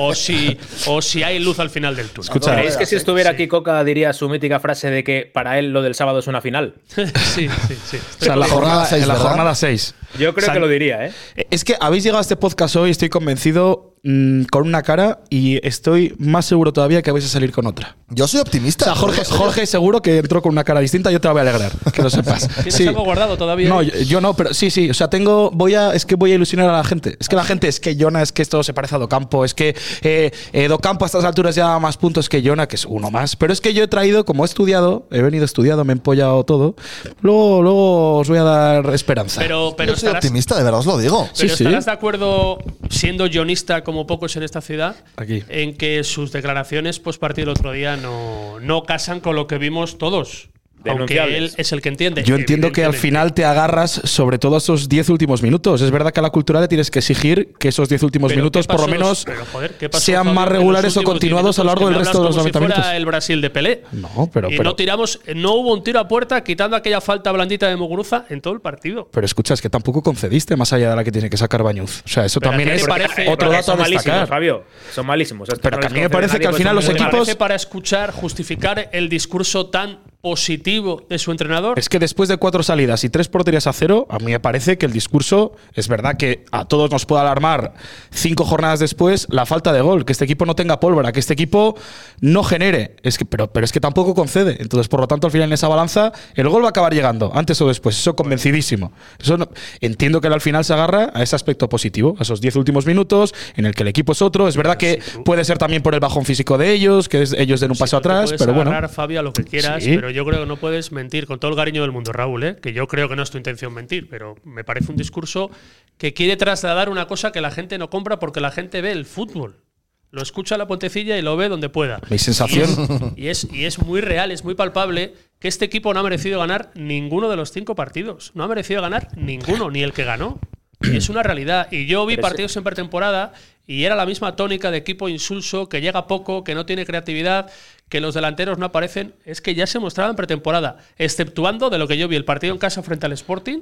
o, si, o si hay luz al final del túnel.
Escucha,
¿Creéis que si estuviera aquí Coca diría su mítica frase de que para él lo del sábado es una final?
[LAUGHS] sí, sí, sí.
o sea, en la
Jornada
jornada
seis,
en la
¿verdad?
jornada 6.
Yo creo que lo diría, ¿eh?
Es que habéis llegado a este podcast hoy, estoy convencido, mm, con una cara y estoy más seguro todavía que vais a salir con otra.
Yo soy
O
optimista.
sea, Jorge,
yo soy-
Jorge seguro que entró con una cara distinta, yo te la voy a alegrar, que lo sepas.
[LAUGHS] ¿Tienes algo guardado todavía?
No, yo, yo no, pero sí, sí. O sea, tengo. Voy a. Es que voy a ilusionar a la gente. Es que la gente, es que Jona, es que esto se parece a Docampo. Es que eh, eh, Docampo a estas alturas ya da más puntos que Jona, que es uno más. Pero es que yo he traído, como he estudiado, he venido estudiado, me he empollado todo. Luego, luego os voy a dar esperanza.
Pero, pero
yo soy
estarás,
optimista, de verdad os lo digo.
Sí,
pero
sí.
estarás de acuerdo, siendo guionista como pocos en esta ciudad,
Aquí.
en que sus declaraciones post partido el otro día no, no casan con lo que vimos todos. Aunque él
Denunciables.
es el que entiende.
Yo entiendo que al
evidentemente.
final te agarras sobre todo esos 10 últimos minutos. Es verdad que a la cultura le tienes que exigir que esos 10 últimos
Pero
minutos
¿qué
por lo
pasó-
menos
pero, joder, ¿qué pasó,
sean
Fabio,
más
en los
regulares o
últimos
continuados a lo largo del
minutos?
resto de los
Que me hablas
90
como si
minutos.
fuera el Brasil de Pelé.
No, pero,
y
pero,
no tiramos, no hubo un tiro a puerta quitando aquella falta blandita de Muguruza en todo el partido.
pero escucha, es que tampoco concediste más allá de la que tiene que sacar Bañuz. O sea, eso
Pero
también
¿a ti
es
te parece-
otro
porque
dato a
son malísimos,
destacar.
Fabio. Son malísimos. Esto
Pero
no
que a
les
mí me
concede
parece que
nadie,
al
pues
final
son
los
muy
¿Te
equipos-
parece para escuchar, justificar el discurso tan positivo de su entrenador?
Es que después de cuatro salidas y tres porterías a cero, a mí me parece que el discurso es verdad que a todos nos puede alarmar cinco jornadas después la falta de gol, que este equipo no tenga pólvora, que este equipo no genere. Es que, pero, pero es que tampoco concede. Entonces, por lo tanto, al final en esa balanza, el gol va a acabar llegando, antes o después. Eso convencidísimo. Eso no- entiendo que él al final se agarra a ese aspecto positivo, a esos diez últimos minutos, en el que el equipo es otro. Es verdad que puede ser también por el bajón físico de ellos, que es- ellos den un paso
Sí, tú te
atrás,
puedes
pero bueno.
agarrar, Fabio, a lo que quieras,
Sí.
pero yo creo que no puedes mentir con todo el cariño del mundo, Raúl, ¿eh? que yo creo que no es tu intención mentir, pero me parece un discurso que quiere trasladar una cosa que la gente no compra porque la gente ve el fútbol. Lo escucha a la puentecilla y lo ve donde pueda.
Mi sensación-
Y es, y es, y es muy real, es muy palpable que este equipo no ha merecido ganar ninguno de los cinco partidos. No ha merecido ganar ninguno, ni el que ganó. Y es una realidad. Y yo vi partidos en pretemporada y era la misma tónica de equipo insulso, que llega poco, que no tiene creatividad, que los delanteros no aparecen. Es que ya se mostraba en pretemporada, exceptuando de lo que yo vi el partido en casa frente al Sporting,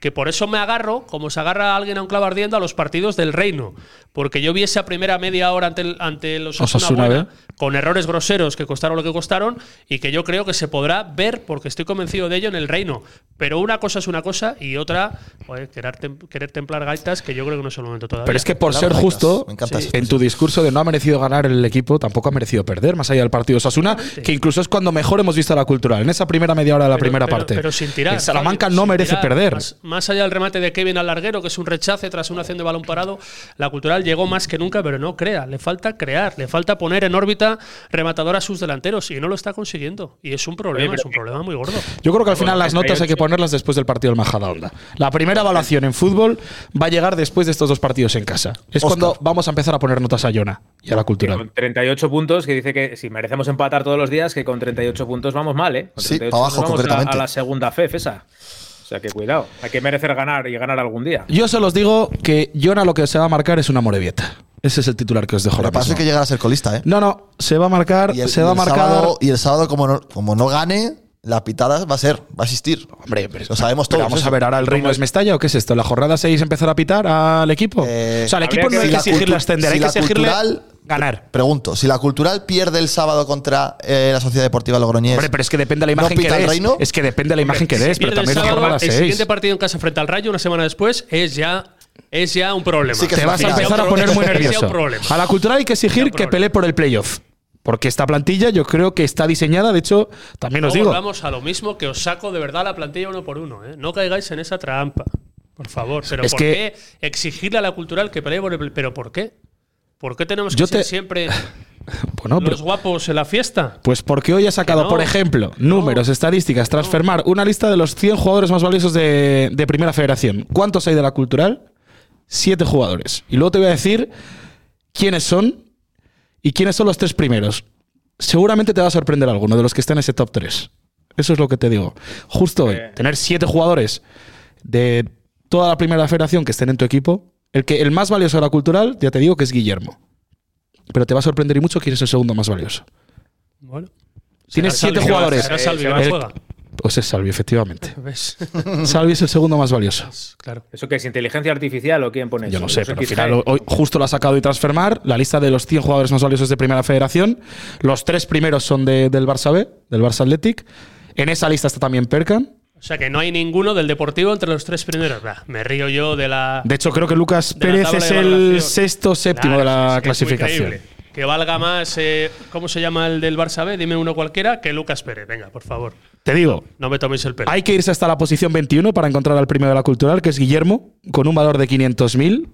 que por eso me agarro, como se agarra alguien a un clavo ardiendo, a los partidos del Reino. Porque yo vi esa primera media hora ante, el- ante los Osasuna
Osasuna,
buena,
¿eh?
con errores groseros que costaron lo que costaron y que yo creo que se podrá ver, porque estoy convencido de ello, en el Reino. Pero una cosa es una cosa y otra, joder, querer, tem- querer templar gaitas, que yo creo que no es el momento todavía.
Pero es que por
Las
ser
gaitas.
justo,
Me encanta
sí,
esa
en tu discurso de no ha merecido ganar el equipo, tampoco ha merecido perder, más allá del partido Sasuna, que incluso es cuando mejor hemos visto a la cultural, en esa primera media hora de la
Pero-
primera
pero-
parte.
Pero sin tirar.
El Salamanca
Fabio,
no
sin
merece
tirar.
perder.
Más, más allá del remate de Kevin al larguero, que es un rechace tras una acción de balón parado, la cultural llegó más que nunca, pero no crea. Le falta crear, le falta poner en órbita rematador a sus delanteros y no lo está consiguiendo. Y es un problema,
pero-
es un problema muy gordo.
Yo creo que al final las notas hay que
38.
ponerlas después del partido del Majadahonda. La primera evaluación en fútbol va a llegar después de estos dos partidos en casa. Es
Oscar.
cuando vamos a empezar a poner notas a Yona y a la
Que
cultural.
Con 38 puntos, que dice que si merecemos empatar todos los días, que con 38 puntos vamos mal, ¿eh? Con
Sí,
38
pa' abajo,
nos vamos a la-
concretamente.
A, la segunda FEF esa. O sea que cuidado. Hay que merecer ganar y ganar algún día.
Yo se los digo que Yona lo que se va a marcar es una morevieta. Ese es el titular que os dejo
Lo
ahora
que pasa es
mismo.
que llegará a ser colista, ¿eh?
No, no, se va a marcar,
Y el,
se
y
va a
el
marcar.
sábado- y el sábado, como no, como no gane, la pitada va a ser, va a existir.
Hombre, pero
Lo sabemos
pero
todos,
Vamos
eso.
a ver, ahora el reino es Mestalla o qué es esto? ¿La jornada 6 empezar a pitar al equipo?
Eh,
o sea, al
habría
equipo
que
no hay
ver
que
si la
exigirle
cultu-
ascender,
si
hay que
la
exigirle
cultural-
ganar.
Pregunto, si la cultural pierde el sábado contra eh, la Sociedad Deportiva Logroñés.
Hombre, pero es que depende de la
¿No
imagen que
pita el
des.
reino?
Es que depende de la imagen que des, pero
Pierde
también
el,
la
sábado,
jornada
el
6.
siguiente partido en casa frente al Rayo, una semana después, es ya, es ya un problema.
Sí que
Te
es
vas a
una
empezar a
final.
poner muy
Es ya un
nervioso.
problema.
A la cultural hay que
Es
exigir
ya un
que
problema.
pelee por el playoff. Porque esta plantilla yo creo que está diseñada, de hecho, también os
No
digo.
volvamos a lo mismo que os saco de verdad la plantilla uno por uno. ¿eh? No caigáis en esa trampa, por favor. Pero
Es
¿por
que-
qué exigirle a la cultural que pelee por el- ¿Pero por qué? ¿Por qué tenemos que
Yo
ser
te- [LAUGHS]
siempre
Bueno, pero-
los guapos en la fiesta?
Pues porque hoy ha sacado,
Que no.
por ejemplo, números, estadísticas, transfermar una lista de los 100 jugadores más valiosos de, de Primera Federación. ¿Cuántos hay de la cultural? Siete jugadores. Y luego te voy a decir quiénes son y quiénes son los tres primeros. Seguramente te va a sorprender alguno de los que está en ese top 3. Eso es lo que te digo. Justo hoy, tener siete jugadores de toda la Primera Federación que estén en tu equipo. El, que, el más valioso de la cultural, ya te digo que es Guillermo. Pero te va a sorprender y mucho quién es el segundo más valioso.
Bueno,
Tienes
será
siete
Salvi,
jugadores.
será Salvi,
Eh,
no
el-
juega.
Pues es Salvi, efectivamente.
¿Ves? [LAUGHS]
Salvi es el segundo más valioso.
claro.
¿Eso que es inteligencia artificial o quién pone
Yo
eso?
no sé,
Eso
pero al
quizá
final
es-
hoy justo lo ha sacado y transfermar. La lista de los 100 jugadores más valiosos de Primera Federación. Los tres primeros son de- del Barça B, del Barça Athletic. En esa lista está también Perkan.
O sea que no hay ninguno del Deportivo entre los tres primeros. Bah, me río yo de la.
De hecho, creo que Lucas
De la
Pérez
tabla
es
de
el
valoración.
sexto séptimo
Claro,
de
es
la
que es muy
clasificación.
creíble. Que valga más, eh, ¿cómo se llama el del Barça B? Dime uno cualquiera, que Lucas Pérez. Venga, por favor,
Te digo,
no me toméis el pelo.
Hay que irse hasta la posición 21 para encontrar al primero de la cultural, que es Guillermo, con un valor de 500.000.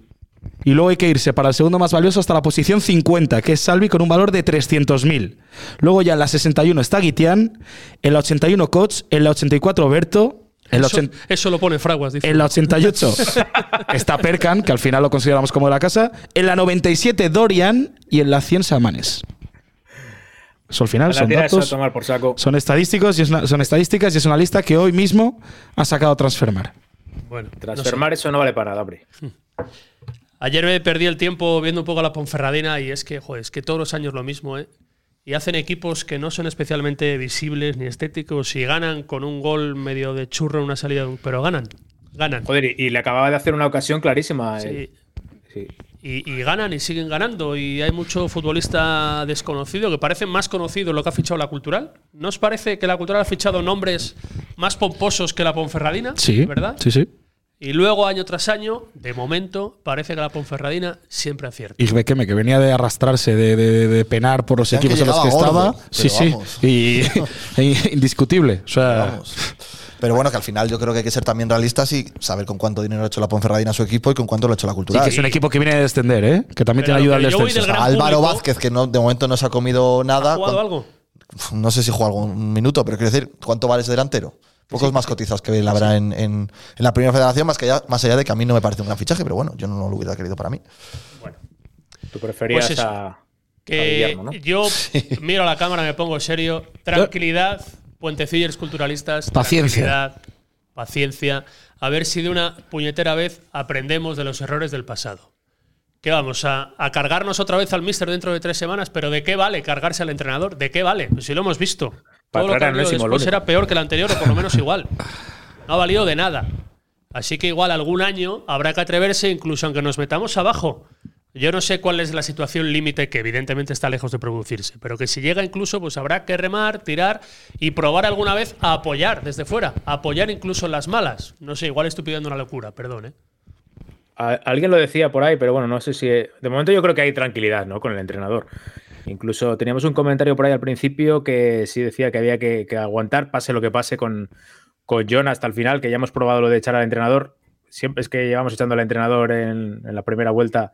Y luego hay que irse para el segundo más valioso hasta la posición 50, que es Salvi, con un valor de 300.000. Luego ya en la 61 está Guitián, en la 81 Coach, en la 84 Berto, en la,
eso,
80
eso lo pone Fraguas, dice.
en la 88 está Perkan, que al final lo consideramos como de la casa, en la 97 Dorian y en la 100 Samanes. Eso al final
La
son
tira es a
datos,
tomar por saco.
son estadísticos y es una- son estadísticas y es una lista que hoy mismo ha sacado Transfermar.
Bueno, no sé.
Transfermar eso no vale para
[LAUGHS]
nada, hombre.
Ayer me perdí el tiempo viendo un poco la Ponferradina y es que, joder, es que todos los años lo mismo, ¿eh? Y hacen equipos que no son especialmente visibles ni estéticos y ganan con un gol medio de churro en una salida, de un- pero ganan, ganan.
Joder, y, y le acababa de hacer una ocasión clarísima. eh.
Sí,
Sí.
y, y ganan y siguen ganando. Y hay mucho futbolista desconocido que parece más conocido lo que ha fichado la cultural. ¿No os parece que la cultural ha fichado nombres más pomposos que la Ponferradina?
Sí,
¿verdad?
Sí, sí.
Y luego, año tras año, de momento, parece que la Ponferradina siempre acierta.
Y Bekeme, que venía de arrastrarse, de, de- de penar por los
Decían que
equipos en los que
llegaba
estaba.
gordo,
Sí, sí.
pero
Y, y- [LAUGHS] e indiscutible. O sea,
Vamos. Pero bueno, que al final yo creo que hay que ser también realistas y saber con cuánto dinero ha hecho la Ponferradina a su equipo y con cuánto lo ha hecho la
y
cultura.
que es un equipo que viene de descender, ¿eh? Que también
Pero
tiene ayuda
lo
al
que yo voy
descenso.
del gran
Álvaro
público-
Vázquez, que no, de momento no se ha comido nada.
¿Ha jugado
Cuan-
algo?
Uf, No sé si juega algún minuto, pero quiero decir, ¿cuánto vale ese delantero? Pocos más cotizados que la verdad en, en- en la primera federación, más, que allá, más allá de que a mí no me parece un gran fichaje, pero bueno, yo no lo hubiera querido para mí.
Tú preferías
Pues eso.
a. a
Que
Guillermo, ¿no?
yo
[LAUGHS]
miro a la cámara, me pongo serio. Tranquilidad, puentecillers culturalistas.
Paciencia.
tranquilidad, Paciencia. A ver si de una puñetera vez aprendemos de los errores del pasado. ¿Qué vamos? A, a cargarnos otra vez al míster dentro de tres semanas? ¿Pero de qué vale cargarse al entrenador? ¿De qué vale? Pues si lo hemos visto.
Para
Todo lo que
traer al
ha habido
enésimo, lo
después
único.
era peor que el anterior, o por lo menos igual. No ha valido de nada. Así que igual algún año habrá que atreverse, incluso aunque nos metamos abajo. Yo no sé cuál es la situación límite, que evidentemente está lejos de producirse, pero que si llega incluso, pues habrá que remar, tirar y probar alguna vez a apoyar desde fuera, a apoyar incluso en las malas. No sé, igual estoy pidiendo una locura, perdón, ¿eh?
A- Alguien lo decía por ahí, pero bueno, no sé si. De momento yo creo que hay tranquilidad, ¿no? Con el entrenador. Incluso teníamos un comentario por ahí al principio que sí decía que había que, que aguantar, pase lo que pase con, con John hasta el final, que ya hemos probado lo de echar al entrenador. Siempre es que llevamos echando al entrenador en, en la primera vuelta,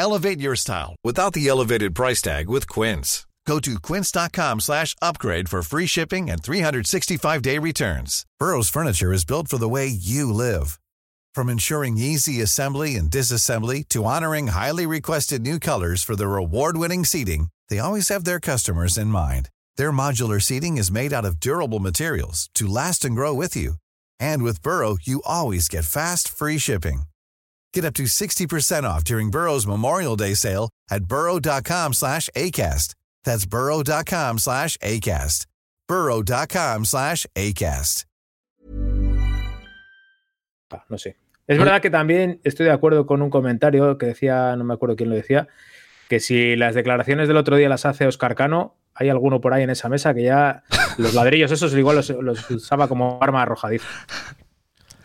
Elevate your style without the elevated price tag with Quince. Go to quince.com slash upgrade for free shipping and 365-day returns. Burrow's furniture is built for the way you live. From ensuring easy assembly and disassembly to honoring highly requested new colors for their award-winning seating, they always have their customers in mind. Their modular seating is made out of durable materials to last and grow with you. And with Burrow, you always get fast, free shipping. Get up to 60% off during Burrow's Memorial Day sale at burrow.com slash ACAST. That's burrow.com slash ACAST. Burrow.com slash ACAST.
Ah, No sé. Es verdad que también estoy de acuerdo con un comentario que decía, no me acuerdo quién lo decía, que si las declaraciones del otro día las hace Oscar Cano, hay alguno por ahí en esa mesa que [LAUGHS] ya los ladrillos esos igual los, los usaba como arma arrojadiza.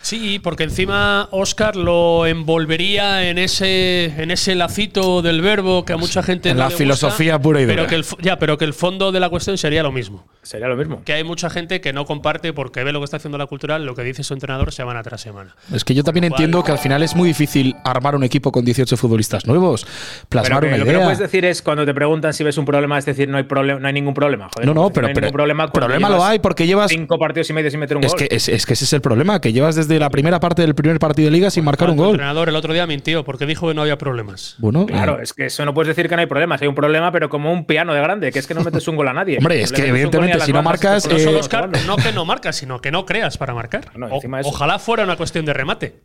Sí, porque encima Oscar lo envolvería en ese, en ese lacito del verbo que a mucha gente
Pues En
no
la
le gusta,
filosofía pura y dura.
Pero que el, fo- ya, pero que el fondo de la cuestión sería lo mismo.
Sería lo mismo.
Que hay mucha gente que no comparte porque ve lo que está haciendo la cultural, lo que dice su entrenador semana tras semana.
Es que yo también entiendo que al final es muy difícil armar un equipo con 18 futbolistas nuevos,
Pero
plasmar
que
una
lo que no
idea.
puedes decir es cuando te preguntan si ves un problema, es decir, no hay problema, no hay ningún problema. Joder,
No, no,
pues
pero,
hay
pero
ningún problema, cuando
problema lo
llevas
hay porque llevas.
cinco partidos y medio sin meter un
Es
gol.
que, es, es que ese es el problema, que llevas desde la primera parte del primer partido de liga
Pues
sin marcar un
El
gol.
entrenador el otro día mintió porque dijo que no había problemas.
Bueno,
Claro,
eh,
es que eso no puedes decir que no hay problemas. Hay un problema, pero como un piano de grande, que es que no metes un gol a nadie.
Hombre,
No
es
le
que
metes un gol ni a
evidentemente
las
si no
bandas,
marcas,
con los
eh,
Solo
ojos,
Oscar,
jugando.
no que no marcas, sino que no creas para marcar.
No,
O-
encima de eso.
ojalá fuera una cuestión de remate.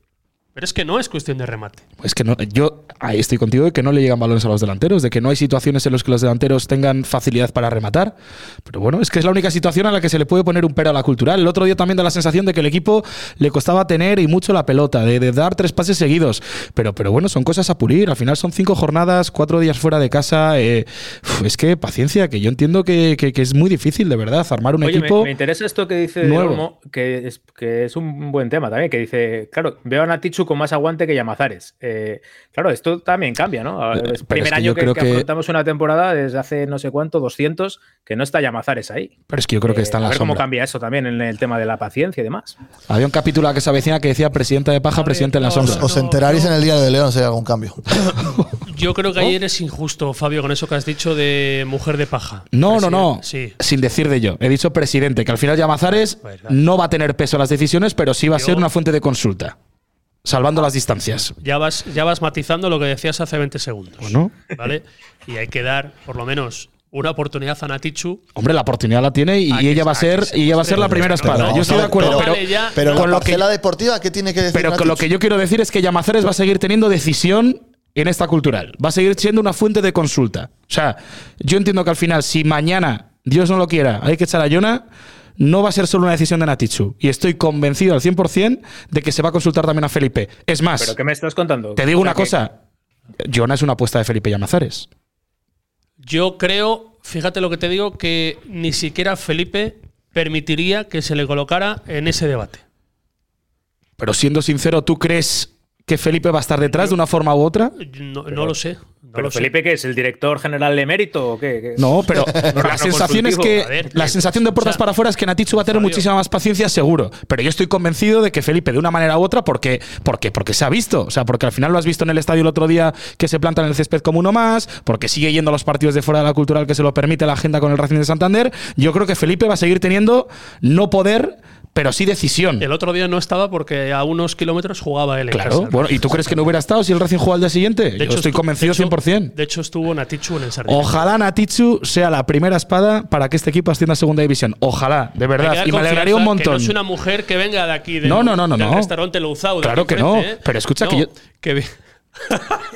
Pero es que no es cuestión de remate.
es que no, yo ahí estoy contigo de que no le llegan balones a los delanteros, de que no hay situaciones en las que los delanteros tengan facilidad para rematar. Pero bueno, es que es la única situación a la que se le puede poner un pero a la cultural. El otro día también da la sensación de que el equipo le costaba tener y mucho la pelota, de, de dar tres pases seguidos. Pero, pero bueno, son cosas a pulir. Al final son cinco jornadas, cuatro días fuera de casa. eh, uf, es que paciencia, que yo entiendo que, que- que es muy difícil, de verdad, armar un
Oye, me-
equipo.
me, interesa esto que dice Del
nuevo.
Olmo, que es, que es un buen tema también, que dice, claro, veo a Natichu con más aguante que Yamazares. Eh, claro, esto también cambia, ¿no? A ver,
Eh, Pero
es
es
primer
que
año
yo
que,
creo
que
que-
afrontamos una temporada desde hace no sé cuánto, 200, que no está Yamazares ahí.
Pero es que yo creo que
Eh,
está en
a
la
ver cómo
sombra.
cambia eso también en el tema de la paciencia y demás.
Había un capítulo que se avecina que decía presidenta de paja,
ver,
presidente en la
no,
sombra.
no,
Os enteraréis en el diario de León si hay algún
[LAUGHS]
cambio.
Yo creo que ayer es injusto, Fabio, con eso que has dicho de mujer de paja.
No,
Presidente,
no, no.
Sí.
Sin decir de yo. He dicho presidente, que al final Llamazares
Verdad.
no va a tener peso en las decisiones, pero sí va a
Yo-
ser una fuente de consulta. Salvando las distancias.
Ya vas, ya vas matizando lo que decías hace 20 segundos.
Bueno.
¿Vale? Y hay que dar, por lo menos, una oportunidad a Natichu.
Hombre, la oportunidad la tiene y,
Aquí
ella va a
está,
ser,
aquí
y ella va a ser la
Hombre, no,
primera espada.
no,
yo estoy
no,
de acuerdo,
no,
pero,
vale, ya.
Pero
con
la
lo
parcela
que-
deportiva, ¿qué tiene que decir?
pero con lo
Natic?
que yo quiero decir es que Llamazares va a seguir teniendo decisión en esta cultural. Va a seguir siendo una fuente de consulta. O sea, yo entiendo que al final, si mañana, Dios no lo quiera, hay que echar a Yona, no va a ser solo una decisión de Natichu. Y estoy convencido al 100% de que se va a consultar también a Felipe. Es más,
¿Pero qué me estás contando?
Te digo
O sea,
una
que-
cosa. Jonah es una apuesta de Felipe Llamazares.
Yo creo, fíjate lo que te digo, que ni siquiera Felipe permitiría que se le colocara en ese debate.
Pero siendo sincero, ¿tú crees que Felipe va a estar detrás de una forma u otra?
No, no lo sé. No
¿Pero
lo sé.
Felipe qué es? ¿El director general emérito o qué? ¿Qué-
No,
[LAUGHS]
pero la
Órgano
sensación es
consultivo,
que
a ver,
la
eh,
sensación de
o
puertas
sea,
para afuera es que Natichu va a tener
Fabio.
muchísima más paciencia, seguro. Pero yo estoy convencido de que Felipe, de una manera u otra, porque, porque, porque se ha visto. O sea, porque al final lo has visto en el estadio el otro día que se planta en el césped como uno más, porque sigue yendo a los partidos de fuera de la cultural que se lo permite la agenda con el Racing de Santander. Yo creo que Felipe va a seguir teniendo no poder, pero sí decisión.
El otro día no estaba porque a unos kilómetros jugaba él. en
Claro,
casa.
bueno, ¿y tú crees que no hubiera estado si el Racing jugaba al día siguiente? Yo estoy
estu-
convencido
de hecho-
100%.
De hecho, estuvo Natichu en el Sardinero.
Ojalá Natichu sea la primera espada para que este equipo ascienda a segunda división. Ojalá, de
Hay que
verdad.
dar
Y me alegraría
confianza,
un
Que no
montón.
es una mujer que venga de aquí, del,
No, no, no, no,
del
no.
restaurante Louzao. de
Claro
aquí
que no,
enfrente, ¿eh?
pero escucha que yo-
que vi- [LAUGHS]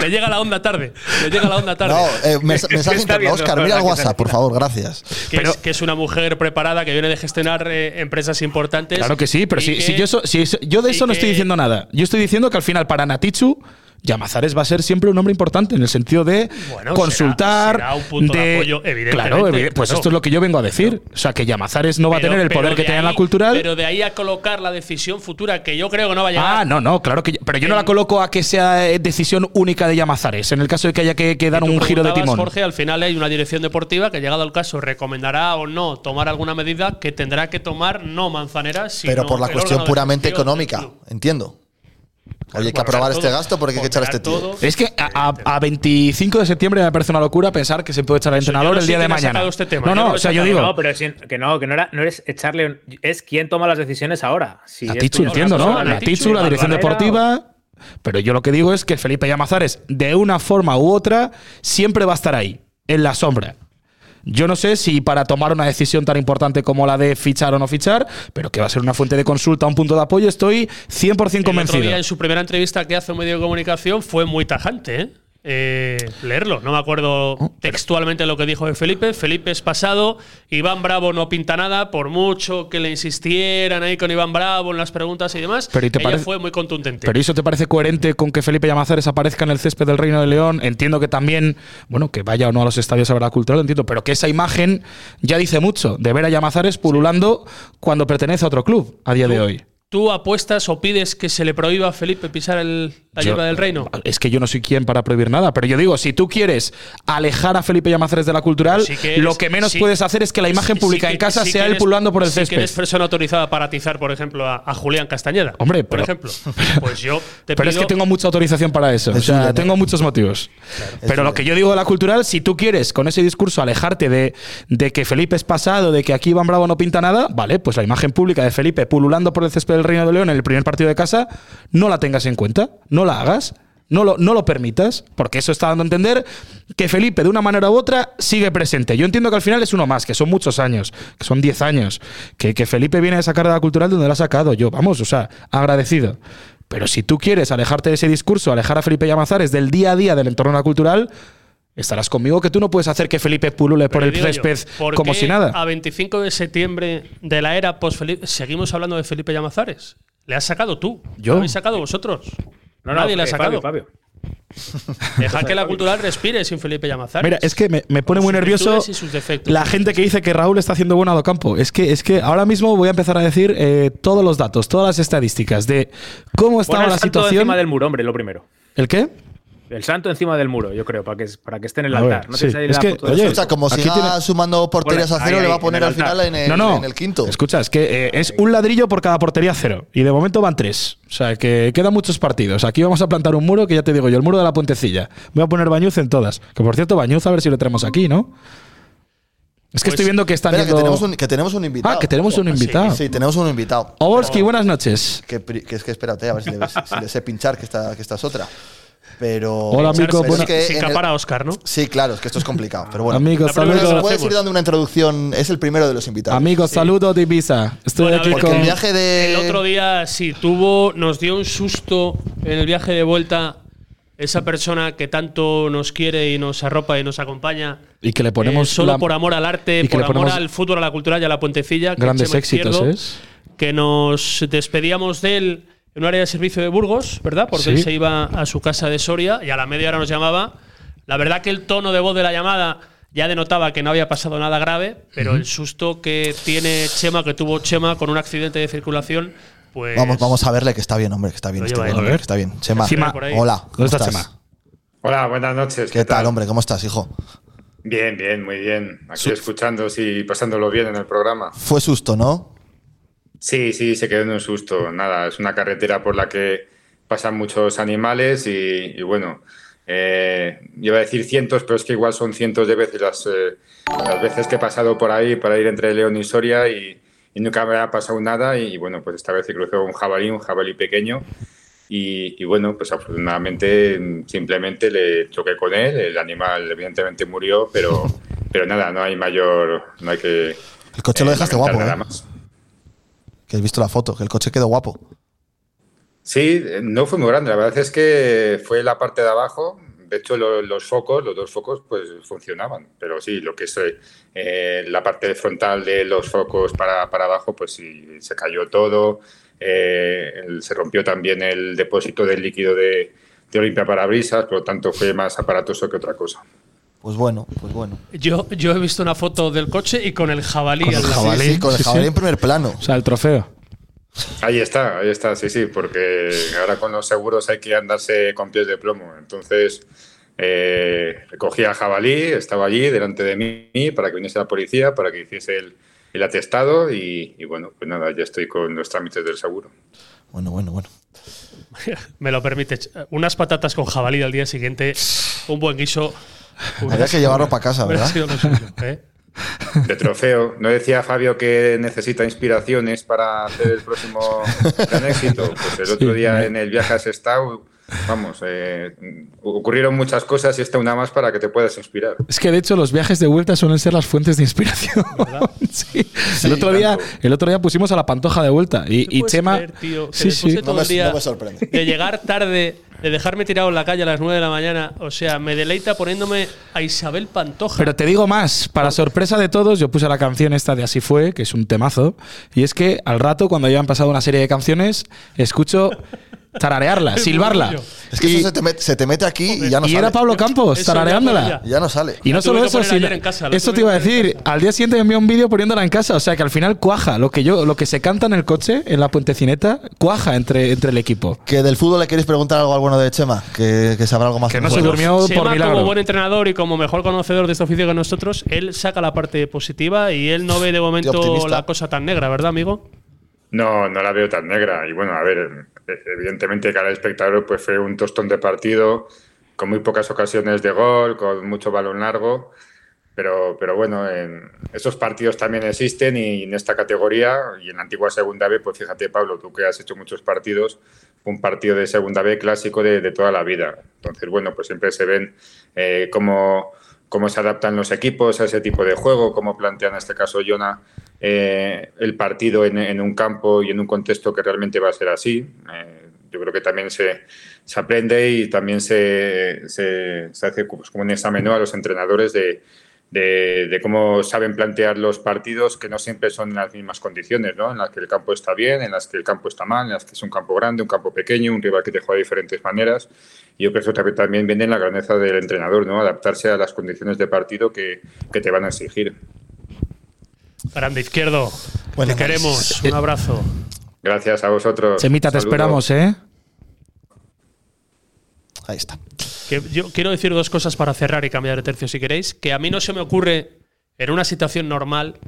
le llega la onda tarde. Le llega la onda tarde.
No, eh,
[LAUGHS]
mes-
¿Qué
mensaje
está
interno.
viendo?
Oscar, mira el
¿Qué está
WhatsApp, por favor, gracias.
que, es, que es una mujer preparada que viene de gestionar eh, empresas importantes.
Claro que sí, pero
y
si,
que-
si yo, so- si eso- yo de
y
eso no estoy
que-
diciendo nada. Yo estoy diciendo que al final para Natichu. Yamazares va a ser siempre un hombre importante en el sentido de
Bueno,
consultar,
será- será un punto de apoyo, evidentemente,
Claro, evi- pues
claro.
esto es lo que yo vengo a decir. O sea, que Yamazares no va a
pero-
tener el
pero
poder que
de
tenía en la
ahí-
cultural.
Pero de ahí a colocar la decisión futura, que yo creo que no va a llegar.
Ah, no, no, claro que yo, Pero yo no la coloco a que sea eh, decisión única de Llamazares, en el caso de que haya que, que dar
Tú
un giro de
preguntabas,
timón.
Jorge, al final hay una dirección deportiva que, llegado el caso, recomendará o no tomar alguna medida que tendrá que tomar no Manzanera, sino
Pero por la
el
cuestión
órgano
puramente
deportivo del
económica,
club.
entiendo. Oye, hay que
Ponderar
aprobar este
todo,
gasto porque hay que echar a este
ponderar
tío.
todo.
Es que a, a- a 25 de septiembre me parece una locura pensar que se puede echar al
Eso, yo
entrenador
no
el
sé
día de
quién ha
mañana.
sacado este tema,
no,
yo
no,
no lo
o
he
sea, yo
sacado,
digo.
No, pero es in- que no, que no, era, no eres echarle. un- es quien toma las decisiones ahora. Si
La
esto
Tichu,
no es una
entiendo, ¿no?
cosa de
La
Tichu,
Tichu, la dirección
Valvanera,
deportiva. Pero yo lo que digo es que Felipe Llamazares, de una forma u otra, siempre va a estar ahí, en la sombra. Yo no sé si para tomar una decisión tan importante como la de fichar o no fichar, pero que va a ser una fuente de consulta, un punto de apoyo, estoy
El otro
100% convencido.
día, en su primera entrevista que hace un medio de comunicación, fue muy tajante, ¿eh? Eh, leerlo, no me
Oh,
acuerdo textualmente lo que dijo de Felipe. Felipe es pasado, Iván Bravo no pinta nada, por mucho que le insistieran ahí con Iván Bravo en las preguntas y demás.
Pero, ¿y te
ella
parece-
fue muy contundente.
Pero ¿y eso te parece coherente con que Felipe Llamazares aparezca en el césped del Reino de León? Entiendo que también, bueno, que vaya o no a los estadios a ver la cultural, entiendo, pero que esa imagen ya dice mucho de ver a Llamazares pululando cuando pertenece a otro club a día de hoy.
¿Tú apuestas o pides que se le prohíba a Felipe pisar el, la
Yo-
hierba del reino?
Es que yo no soy quien para prohibir nada, pero yo digo, si tú quieres alejar a Felipe Llamazares de la cultural,
Pues Sí que eres-
lo que menos
sí-
puedes hacer es que la imagen
sí
pública
que-
en casa
sí que
sea él
eres-
pululando por el
sí que
césped.
eres persona autorizada para atizar, por ejemplo, a, a Julián Castañeda.
Hombre,
por
pero-
ejemplo. Pues
[LAUGHS]
yo te
Pero es
pido-
que tengo mucha autorización para eso.
Es
o sea,
libre, ¿no?
tengo muchos motivos. Pero lo que yo digo de la cultural, si tú quieres con ese discurso alejarte de, de que Felipe es pasado, de que aquí Iván Bravo no pinta nada, vale, pues la imagen pública de Felipe pululando por el césped del Reino de León en el primer partido de casa, no la tengas en cuenta, no la hagas. No lo, no lo permitas, porque eso está dando a entender que Felipe, de una manera u otra, sigue presente. Yo entiendo que al final es uno más, que son muchos años, que son 10 años, que, que Felipe viene a sacar de la cultural de donde la ha sacado yo. Vamos, o sea, agradecido. Pero si tú quieres alejarte de ese discurso, alejar a Felipe Llamazares del día a día del entorno cultural, estarás conmigo que tú no puedes hacer que Felipe pulule por
Pero
el
digo yo,
césped
¿por
como
qué
si nada.
A 25 de septiembre de la era post-Felipe, seguimos hablando de Felipe Llamazares. Le has sacado tú.
Yo.
Lo habéis sacado vosotros.
No, no,
Nadie le ha
eh,
sacado.
Fabio, Fabio.
[LAUGHS]
Dejar que la cultural respire sin Felipe Llamazares.
Mira, es que me, me pone
Sus
muy nervioso
virtudes y sus defectos.
la gente que dice que Raúl está haciendo bueno a Docampo. Es que, es que ahora mismo voy a empezar a decir eh, todos los datos, todas las estadísticas de cómo
Pon
estaba
el
la
santo
situación.
encima del muro, hombre, lo primero.
¿El qué?
El santo encima del muro, yo creo, para que, para que esté en el
A
altar.
ver,
no
sí.
tienes ahí
Es
la
que,
foto del
oye,
santo.
Escucha, como
aquí
siga
tiene-
sumando porterías
Bueno,
a cero,
ahí,
le va
ahí,
a poner
en el
al final
altar.
en el,
no, no.
en el quinto.
Escucha, es que eh, es un ladrillo por cada portería cero. Y de momento van tres. O sea, que quedan muchos partidos. Aquí vamos a plantar un muro que ya te digo yo, el muro de la puentecilla. Voy a poner Bañuz en todas. Que por cierto, Bañuz, a ver si lo tenemos aquí, ¿no? Es que
Pues,
estoy viendo que están
Espera, que
viendo-
tenemos, un, que tenemos un invitado.
Ah, que tenemos un
Oh, Sí,
invitado.
Sí, tenemos un invitado.
Oborski, buenas noches.
Que, pri- que es que espérate, a ver si le, si le sé pinchar, que esta, que esta es otra. Pero.
Hola,
pero
amigo,
es
buena-
que
sin
en el-
capar a Oscar, ¿no?
Sí, claro, es que esto es complicado. Pero bueno.
Amigos,
La primera
saludos.
vez
Puedes ir dando una introducción. Es el primero de los invitados.
Amigos, saludos de Ibiza. Estoy
Bueno, a
aquí
ver,
Porque
con.
el viaje de.
Eh,
El otro día sí tuvo, nos dio un susto en el viaje de vuelta esa persona que tanto nos quiere y nos arropa y nos acompaña.
Y que le ponemos.
Eh, solo
la-
por amor al arte,
y que
por
le
amor
ponemos
al fútbol, a la cultura y a la puentecilla. que
Grandes
Chema
éxitos,
Izquierdo,
¿es?
Que nos despedíamos de él en un área de servicio de Burgos, ¿verdad? Porque
Sí.
él se iba a su casa de Soria y a la media hora nos llamaba. La verdad que el tono de voz de la llamada ya denotaba que no había pasado nada grave, pero el susto que tiene Chema, que tuvo Chema con un accidente de circulación, pues.
Vamos, vamos a verle que está bien, hombre, que está bien.
Lo
está
lleva
bien,
él.
hombre,
A ver.
que está bien. Chema,
Encima-
por ahí.
hola. ¿Cómo
¿Dónde está
estás?
Chema?
Hola, buenas noches.
¿Qué tal, hombre? ¿Cómo estás, hijo?
Bien, bien, muy bien. Aquí escuchando y pasándolo bien en el programa.
Fue susto, ¿no?
Sí, sí, se quedó en un susto. Nada, es una carretera por la que pasan muchos animales y, y bueno, eh, iba a decir cientos, pero es que igual son cientos de veces las, eh, las veces que he pasado por ahí para ir entre León y Soria y, y nunca me ha pasado nada. Y, bueno, pues esta vez se cruzó un jabalí, un jabalí pequeño. Y, y bueno, pues afortunadamente mm, simplemente le choqué con él. El animal evidentemente murió, pero, pero nada, no hay mayor, no hay que...
El coche lo
eh,
dejaste
lamentar
guapo,
nada
¿eh?
más.
Que has visto la foto, que el coche quedó guapo.
Sí, eh, no fue muy grande. La verdad es que fue la parte de abajo. De hecho, lo- los focos, los dos focos, pues funcionaban. Pero sí, lo que es eh, eh, la parte frontal de los focos para, para abajo, pues sí, se cayó todo. Eh, el- se rompió también el depósito del líquido de, de Olimpia Parabrisas, por lo tanto fue más aparatoso que otra cosa.
Pues bueno, pues bueno.
Yo, yo he visto una foto del coche y con el jabalí. al
Sí,
lado.
jabalí,
sí, con el
sí,
jabalí
sí.
en primer plano.
O sea, el trofeo.
Ahí está, ahí está, sí, sí, porque ahora con los seguros hay que andarse con pies de plomo. Entonces, eh, recogí a jabalí, estaba allí delante de mí para que viniese la policía, para que hiciese el, el atestado y, y bueno, pues nada, ya estoy con los trámites del seguro.
Bueno, bueno, bueno.
Me lo permites. Unas patatas con jabalí al día siguiente, un buen guiso. [LAUGHS]
Habría que llevarlo para casa,
Hubiera
¿verdad?
sido lo suyo, ¿eh?
De trofeo, ¿no decía Fabio que necesita inspiraciones para hacer el próximo gran éxito? Pues el otro
Sí,
día
¿eh?
en el viaje a Sestao, vamos, eh, ocurrieron muchas cosas y esta una más para que te puedas inspirar.
Es que de hecho los viajes de vuelta suelen ser las fuentes de inspiración. [LAUGHS] Sí. el otro día,
tanto.
el otro día pusimos a la pantoja de vuelta y,
¿Te
y
puedes
Chema.
creer, tío, que
sí,
después
sí.
de todo
No me-
el día,
no me sorprende.
De llegar tarde, de dejarme tirado en la calle a las 9 de la mañana. O sea, me deleita poniéndome a Isabel Pantoja.
Pero te digo más, para sorpresa de todos, yo puse la canción esta de Así fue, que es un temazo, y es que al rato, cuando ya han pasado una serie de canciones, escucho
[LAUGHS]
tararearla, silbarla.
Es que eso se te, met- se te mete aquí y ya no
Y
sale.
era Pablo Campos
Eso ya
tarareándola.
podía.
Y ya no sale.
Y no
La tuve
solo
que
eso,
poner
sino,
ayer en casa, la tuve
eso
que
te iba a
poner en
decir,
casa.
al día siguiente me envió un vídeo poniéndola en casa, o sea que al final cuaja, lo que yo lo que se canta en el coche, en la puentecineta, cuaja entre, entre el equipo.
Que del fútbol le queréis preguntar algo a alguno de Chema, que, que sabrá algo más.
Que
del
no se
juego.
Chema,
durmió por
como
milagro.
buen entrenador y como mejor conocedor de este oficio que nosotros, él saca la parte positiva y él no ve de momento
optimista.
la cosa tan negra, ¿verdad, amigo?
No, no la veo tan negra. Y bueno, a ver, eh, evidentemente que al espectador pues fue un tostón de partido, con muy pocas ocasiones de gol, con mucho balón largo. Pero, pero bueno, en esos partidos también existen y en esta categoría y en la antigua Segunda B, pues fíjate, Pablo, tú que has hecho muchos partidos, un partido de Segunda B clásico de, de toda la vida. Entonces, bueno, pues siempre se ven eh, cómo, cómo se adaptan los equipos a ese tipo de juego, cómo plantea en este caso Jona eh, el partido en, en un campo y en un contexto que realmente va a ser así. Eh, yo creo que también se, se aprende y también se, se, se hace pues, como un examen ¿no? a los entrenadores de,
de, de cómo saben plantear los partidos que no siempre son en las mismas condiciones, ¿no? En las que el campo está bien, en las que el campo está mal, en las que es un campo grande, un campo pequeño, un rival que te juega de diferentes maneras. Y yo creo que eso también, también viene en la grandeza del entrenador, ¿no? Adaptarse a las condiciones de partido que, que te van a exigir.
Grande izquierdo.
Bueno, pues,
te queremos. Un abrazo.
Gracias a
Pues,
vosotros.
Semita, te
Saludos.
[LAUGHS]
esperamos, ¿eh?
Ahí está.
Que yo quiero decir dos cosas para cerrar y cambiar de tercio si queréis. Que a mí no se me ocurre, en una situación normal,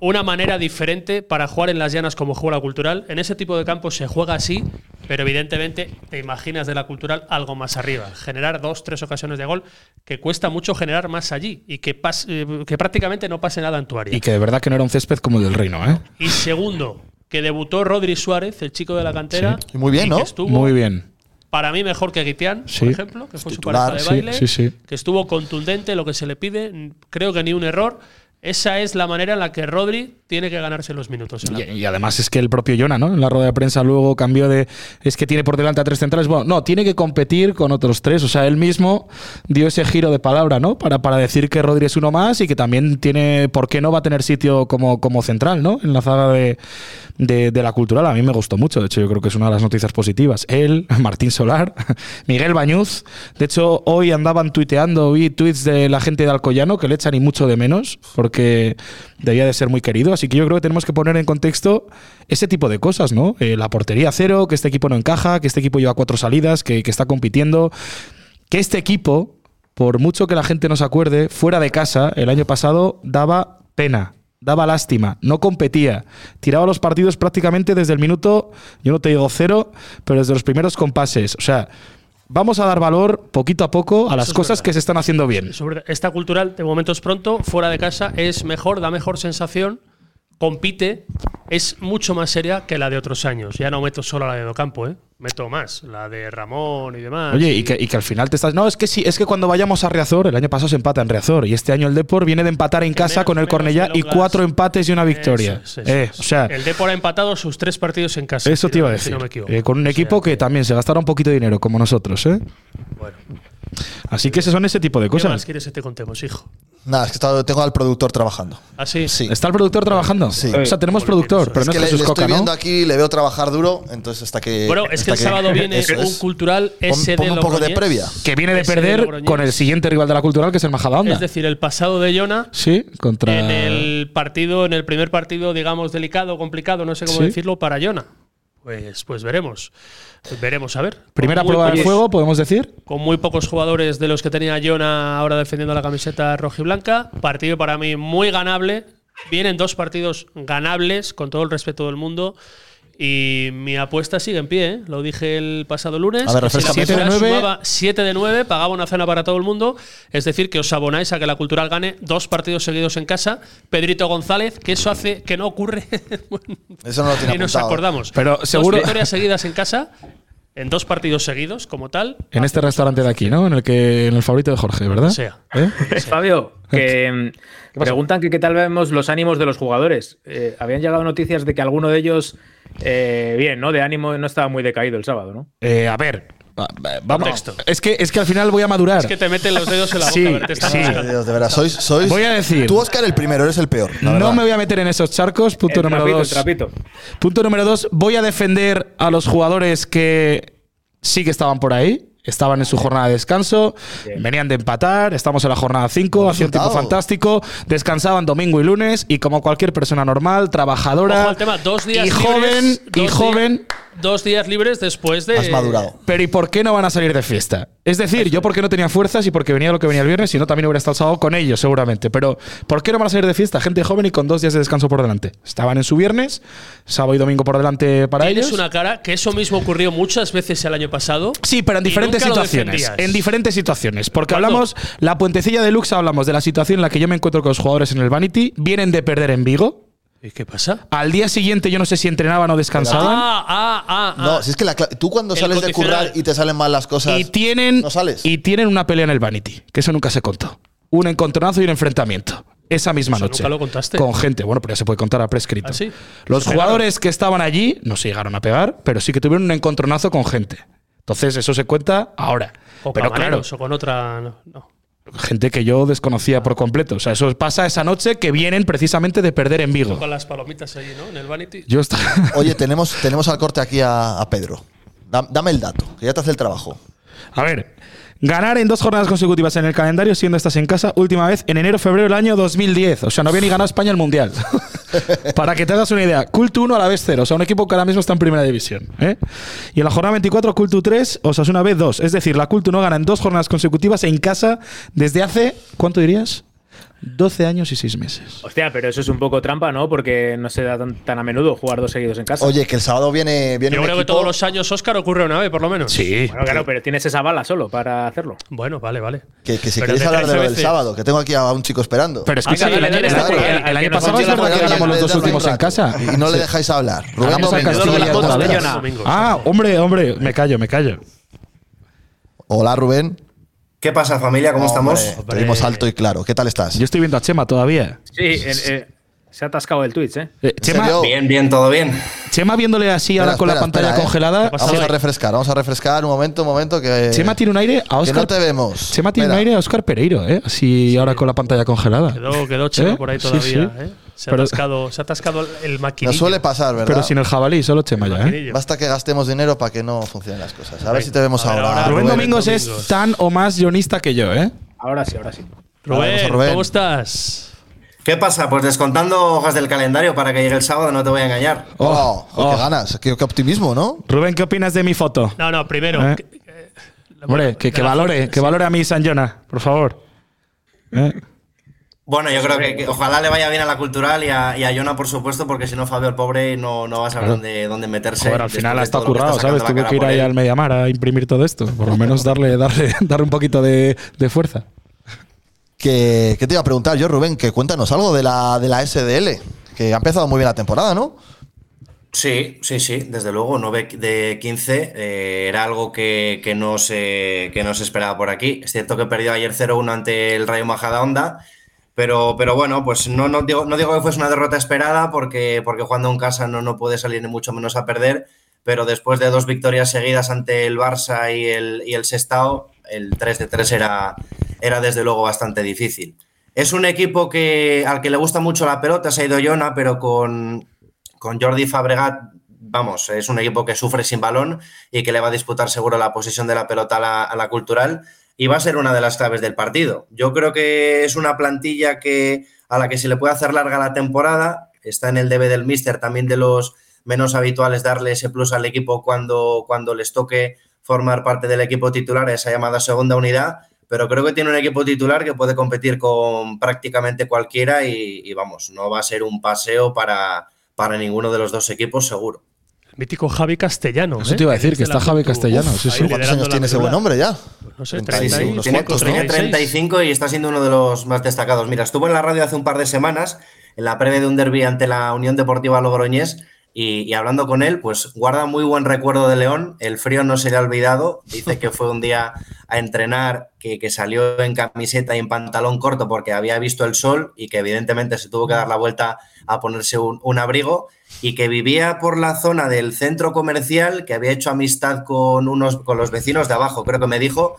una manera diferente para jugar en las llanas como juega la cultural. En ese tipo de campos se juega así, pero evidentemente te imaginas de la cultural algo más arriba. Generar dos, tres ocasiones de gol, que cuesta mucho generar más allí y que, pas- eh, que prácticamente no pase nada en tu área.
Y que de verdad que no era un césped como el del Reino, ¿eh?
Y segundo, que debutó Rodri Suárez, el chico de la cantera.
Y muy bien,
y
¿no?
Que estuvo,
Muy bien.
Para mí mejor que Guitián,
Sí.
por ejemplo, que fue
Titular,
su pareja de
sí,
baile.
sí, sí.
Que estuvo contundente lo que se le pide. n- Creo que ni un error. Esa es la manera en la que Rodri tiene que ganarse los minutos. en la-
Y, y además es que el propio Jonah, ¿no? En la rueda de prensa luego cambió de. Es que tiene por delante a tres centrales. Bueno, no, tiene que competir con otros tres. O sea, él mismo dio ese giro de palabra, ¿no? Para, para decir que Rodri es uno más y que también tiene. ¿Por qué no va a tener sitio como, como central, ¿no? En la zaga de, de- de la cultural. A mí me gustó mucho. De hecho, yo creo que es una de las noticias positivas. Él, [LAUGHS] Martín Solar, Miguel Bañuz. De hecho, hoy andaban tuiteando, vi tweets de la gente de Alcoyano que le echan y mucho de menos porque debía de ser muy querido. Así que yo creo que tenemos que poner en contexto ese tipo de cosas, ¿no? Eh, la portería cero, que este equipo no encaja, que este equipo lleva cuatro salidas, que, que está compitiendo, que este equipo, por mucho que la gente nos acuerde, fuera de casa el año pasado daba pena. Daba lástima, no competía, tiraba los partidos prácticamente desde el minuto, yo no te digo cero, pero desde los primeros compases. O sea, vamos a dar valor poquito a poco a las
es
cosas
verdad.
que se están haciendo bien.
Sobre esta cultural, de momento es pronto, fuera de casa, es mejor, da mejor sensación, compite, es mucho más seria que la de otros años. Ya no meto solo la de Docampo, ¿eh? meto más, la de Ramón y demás.
Oye, y que, y que al final te estás. No, es que sí, es que cuando vayamos a Reazor, el año pasado se empata en Reazor y este año el Depor viene de empatar en casa
menos-
con el
menos
Cornellá y
pelotas.
cuatro empates y una victoria.
Eso es, eso
Eh,
es.
o sea,
el Depor ha empatado sus tres partidos en casa.
eso
si
te
no-
iba a
si
decir.
no me equivoco.
Eh, con
O
un
sea,
equipo que también se gastará un poquito de dinero, como nosotros, ¿eh?
bueno.
Así que ese son ese tipo de
¿Qué más
cosas.
quieres que te contemos, hijo?
Nada, es que estaba- tengo al productor trabajando.
Así.
Sí.
¿Está el productor trabajando?
Sí.
O sea, tenemos productor, pero
es
no
que
es
le,
Jesús
le estoy
Coca,
viendo
¿no?
aquí, le veo trabajar duro, entonces hasta que.
Bueno, es que
hasta
el
[LAUGHS]
sábado viene
Eso
un
es.
cultural
Pon-
SD
ponme un poco de
Logroñés.
previa.
Que viene de
Ese
perder
Logroñés.
con el siguiente rival de la cultural, que es el Majadahonda.
Es decir, el pasado de Jona
Sí, contra.
en
Ah.
el partido, en el primer partido, digamos, delicado, complicado, no sé cómo
Sí.
decirlo, para Jona. Pues, pues veremos. Veremos, a ver.
Primera
Con muy
prueba de
pocos-
fuego, podemos decir.
Con muy pocos jugadores de los que tenía Jona ahora defendiendo la camiseta rojiblanca. Partido para mí muy ganable. Vienen dos partidos ganables, con todo el respeto del mundo. Y mi apuesta sigue en pie, ¿eh? lo dije el pasado lunes.
A ver,
que si la
refrescame.
Siete de
cultural
nueve.
sumaba 7 de 9, pagaba una cena para todo el mundo. Es decir, que os abonáis a que la cultural gane dos partidos seguidos en casa. Pedrito González, que eso hace que no ocurre. [LAUGHS] Bueno,
Eso no lo tiene
y nos
apuntado. ¿eh?
acordamos.
Pero seguro-
Dos victorias seguidas en casa, en dos partidos seguidos, como tal.
En este restaurante de aquí, ¿no? En el que en el favorito de Jorge, ¿verdad?
Ah. sea.
¿Eh?
Fabio, que
em,
mm, preguntan que qué tal vemos los ánimos de los jugadores. Eh, habían llegado noticias de que alguno de ellos, eh, bien, ¿no? De ánimo no estaba muy decaído el sábado, ¿no?
Eh, a ver. va- va- Vamos.
Contexto.
Es que, es que al final voy a madurar.
Es que te meten los dedos en la boca.
Sí,
a ver, te están
sí.
Ay,
buscando.
Dios, de verdad, sois, sois.
Voy a decir-
Tú, Oscar, el primero, eres el peor. la
no
verdad.
me voy a meter en esos charcos. Punto
el
número
trapito,
dos.
el trapito.
Punto número dos. Voy a defender a los jugadores que sí que estaban por ahí. Estaban en su jornada de descanso, venían de empatar, estamos en la jornada 5, hacía un tiempo
resultado.
fantástico, descansaban domingo y lunes y como cualquier persona normal, trabajadora
Ojo al tema, dos días
y joven,
libres,
y
dos
joven,
días- dos días libres después de.
Has madurado.
Pero ¿y por qué no van a salir de fiesta? Es decir, yo porque no tenía fuerzas y porque venía lo que venía el viernes, si no también hubiera estado el sábado con ellos, seguramente. Pero ¿por qué no van a salir de fiesta? Gente joven y con dos días de descanso por delante. Estaban en su viernes, sábado y domingo por delante para
Tienes
ellos.
una cara que eso mismo ocurrió muchas veces el año pasado.
Sí, pero en
y
diferentes
nunca lo
situaciones.
defendías.
En diferentes situaciones. Porque
¿Cuándo?
hablamos, la puentecilla de Lux hablamos de la situación en la que yo me encuentro con los jugadores en el Vanity. Vienen de perder en Vigo.
¿Y qué pasa?
Al día siguiente yo no sé si entrenaban o descansaban.
Ah, ah, ah. ah.
No, si es que la cla- tú cuando
El
sales de currar
condicional.
y te salen mal las cosas.
y tienen
No sales.
y tienen una pelea en el Vanity, que eso nunca se contó. Un encontronazo y un enfrentamiento. Esa misma
Eso
noche.
nunca lo contaste.
Con gente, bueno, pero ya se puede contar a prescrito.
¿Ah, sí?
Los
Se
jugadores que estaban allí no se llegaron a pegar, pero sí que tuvieron un encontronazo con gente. Entonces, eso se cuenta ahora.
O
pero claro,
Cabaneros, o con otra. No, no.
gente que yo desconocía por completo. O sea, eso pasa esa noche que vienen precisamente de perder en Vigo.
Con las palomitas allí, ¿no? En el Vanity.
Yo esta-
Oye, tenemos, tenemos al corte aquí a, a Pedro. Da- dame el dato, que ya te hace el trabajo.
[LAUGHS] A ver, ganar en dos jornadas consecutivas en el calendario, siendo estas en casa, última vez en enero-febrero del año 2010. O sea, no había ni ganado España el Mundial. [LAUGHS] Para que te hagas una idea, Cultu 1 a la vez 0. O sea, un equipo que ahora mismo está en primera división. ¿eh? Y en la jornada 24, Cultu 3, Osasuna B 2. Es decir, la Cultu no gana en dos jornadas consecutivas en casa desde hace, ¿cuánto dirías? 12 años y 6 meses.
Hostia, pero eso es un poco trampa, ¿no? Porque no se da tan, tan a menudo jugar dos seguidos en casa.
Oye, que el sábado viene, viene
Yo
un
creo que
equipo-
todos los años Oscar ocurre una vez, por lo menos.
Sí.
Bueno, claro, pero tienes esa bala solo para hacerlo.
Bueno, vale, vale.
Que, que si
Pero
queréis
de
hablar de lo
13
del
veces.
sábado, que tengo aquí a un chico esperando.
Pero escucha,
Ah, que
el, año-
le-
el
le-
año-
le-
el- el
que
año
nos
pasado es
consigue
verdad
la
que
medalla
ganamos los
Desde
dos
hace un
últimos en
rato.
casa.
Y no le dejáis hablar. Rubén
Ganamos a
Domínguez.
Castilla
Hola,
y
¿cómo
León.
estás?
Leona.
Ah, hombre, hombre, me callo, me callo.
Hola, Rubén.
¿Qué pasa, familia? ¿Cómo estamos?
Hombre, Te vimos alto y claro. ¿Qué tal estás?
Yo estoy viendo a Chema todavía.
Sí, en- eh, se ha atascado el Twitch, ¿eh?
Eh,
¿En
Chema,
serio?
Bien, bien, todo bien.
Chema viéndole así ahora
Espera,
con la
espera,
pantalla
espera, ¿eh?
congelada.
Vamos a refrescar, vamos a refrescar un momento, un momento que.
Chema tiene un aire a
que
Oscar.
no te vemos.
Chema tiene
Espera.
un aire a Oscar Pereiro, ¿eh? Así ahora con la pantalla congelada.
Quedó, quedó Chema
¿Eh?
por ahí
Sí,
todavía.
sí.
¿eh? Se, ha
Pero-
atascado, se ha atascado el- el maquinillo.
Nos suele pasar, ¿verdad?
Pero sin el jabalí, solo Chema ya, ¿eh?
Maquinillo.
Basta que gastemos dinero para que no funcionen las cosas. A ver si te vemos
a ver,
ahora.
ahora
Rubén
Rubén
Domingos es
Domingos.
tan o más guionista que yo, ¿eh?
Ahora sí, ahora sí.
Vamos a
Rubén,
Rubén.
¿cómo estás?
¿Qué pasa? Pues descontando hojas del calendario para que llegue el sábado, no te voy a engañar.
Oh, oh,
Oh.
qué ganas, qué, qué optimismo, ¿no?
Rubén, ¿qué opinas de mi foto?
No, no, primero.
¿Eh?
que- eh,
Hombre, que, que
de la-
valore, que valore a mi San Jona, por favor. ¿Eh?
Bueno, yo creo que, que ojalá le vaya bien a la cultural y a, y a Jonah, por supuesto, porque si no, Fabio, el pobre, no, no va a saber dónde, dónde meterse.
Joder, al
después
final
de
ha estado
todo lo que
currado,
está
¿sabes?
sacando la
Tuve que ir
cara
ahí
por
al Mediamar a imprimir todo esto. Por lo menos darle, [LAUGHS] darle, darle un poquito de, de fuerza.
Que, que te iba a preguntar yo, Rubén, que cuéntanos algo de la, de la SDL, que ha empezado muy bien la temporada, ¿no?
Sí, sí, sí, desde luego, 9 de 15 eh, era algo que, que no se, que no se esperaba por aquí. Es cierto que perdió ayer 0-1 ante el Rayo Majadahonda, pero, pero bueno, pues no, no, digo, no digo que fuese una derrota esperada porque, porque jugando en casa no, no puede salir ni mucho menos a perder, pero después de dos victorias seguidas ante el Barça y el, y el Sestao, el 3 de 3 era, era desde luego bastante difícil. Es un equipo que, al que le gusta mucho la pelota, se ha ido Jona, pero con, con Jordi Fabregat, vamos, es un equipo que sufre sin balón y que le va a disputar seguro la posesión de la pelota a la, a la cultural y va a ser una de las claves del partido. Yo creo que es una plantilla que a la que se le puede hacer larga la temporada, está en el debe del míster también de los menos habituales darle ese plus al equipo cuando, cuando les toque formar parte del equipo titular, esa llamada segunda unidad, pero creo que tiene un equipo titular que puede competir con prácticamente cualquiera y, y vamos, no va a ser un paseo para, para ninguno de los dos equipos, seguro.
El mítico Javi Castellano.
Eso
¿eh?
te iba a decir,
Desde
que está
la
Javi
Cultu.
Castellano,
Uf,
sí, sí.
ahí
¿Cuántos
liderando
años
la
tiene ese
película.
buen hombre ya?
No sé,
Sí,
35,
sí,
35,
unos
tiene,
cuantos, ¿no?
tiene 35 y está siendo uno de los más destacados. Mira, estuvo en la radio hace un par de semanas, en la previa de un derby ante la Unión Deportiva Logroñés, y, y hablando con él, pues guarda muy buen recuerdo de León. El frío no se le ha olvidado. Dice que fue un día a entrenar, que, que salió en camiseta y en pantalón corto porque había visto el sol y que evidentemente se tuvo que dar la vuelta a ponerse un, un abrigo y que vivía por la zona del centro comercial, que había hecho amistad con unos con los vecinos de abajo, creo que me dijo,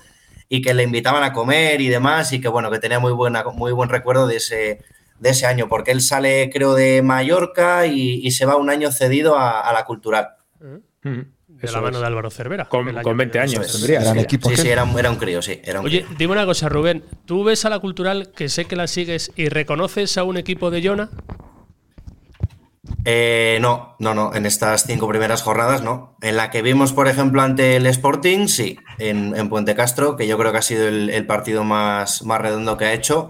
y que le invitaban a comer y demás y que bueno, que tenía muy, buena, muy buen recuerdo de ese, de ese año, porque él sale creo de Mallorca y, y se va un año cedido a, a la cultural.
De la mano de Álvaro Cervera.
Con-
el año
con 20
que-
años
Eso es.
tendría.
Gran
sí.
equipo.
Sí,
¿qué?
sí, era, un- era un crío, sí. Era un
Oye,
crío.
dime una cosa, Rubén. ¿Tú ves a la cultural que sé que la sigues y reconoces a un equipo de Jona?
Eh, no, no, no, en estas cinco primeras jornadas no. En la que vimos, por ejemplo, ante el Sporting, sí, en, en Puente Castro, que yo creo que ha sido el, el partido más, más redondo que ha hecho.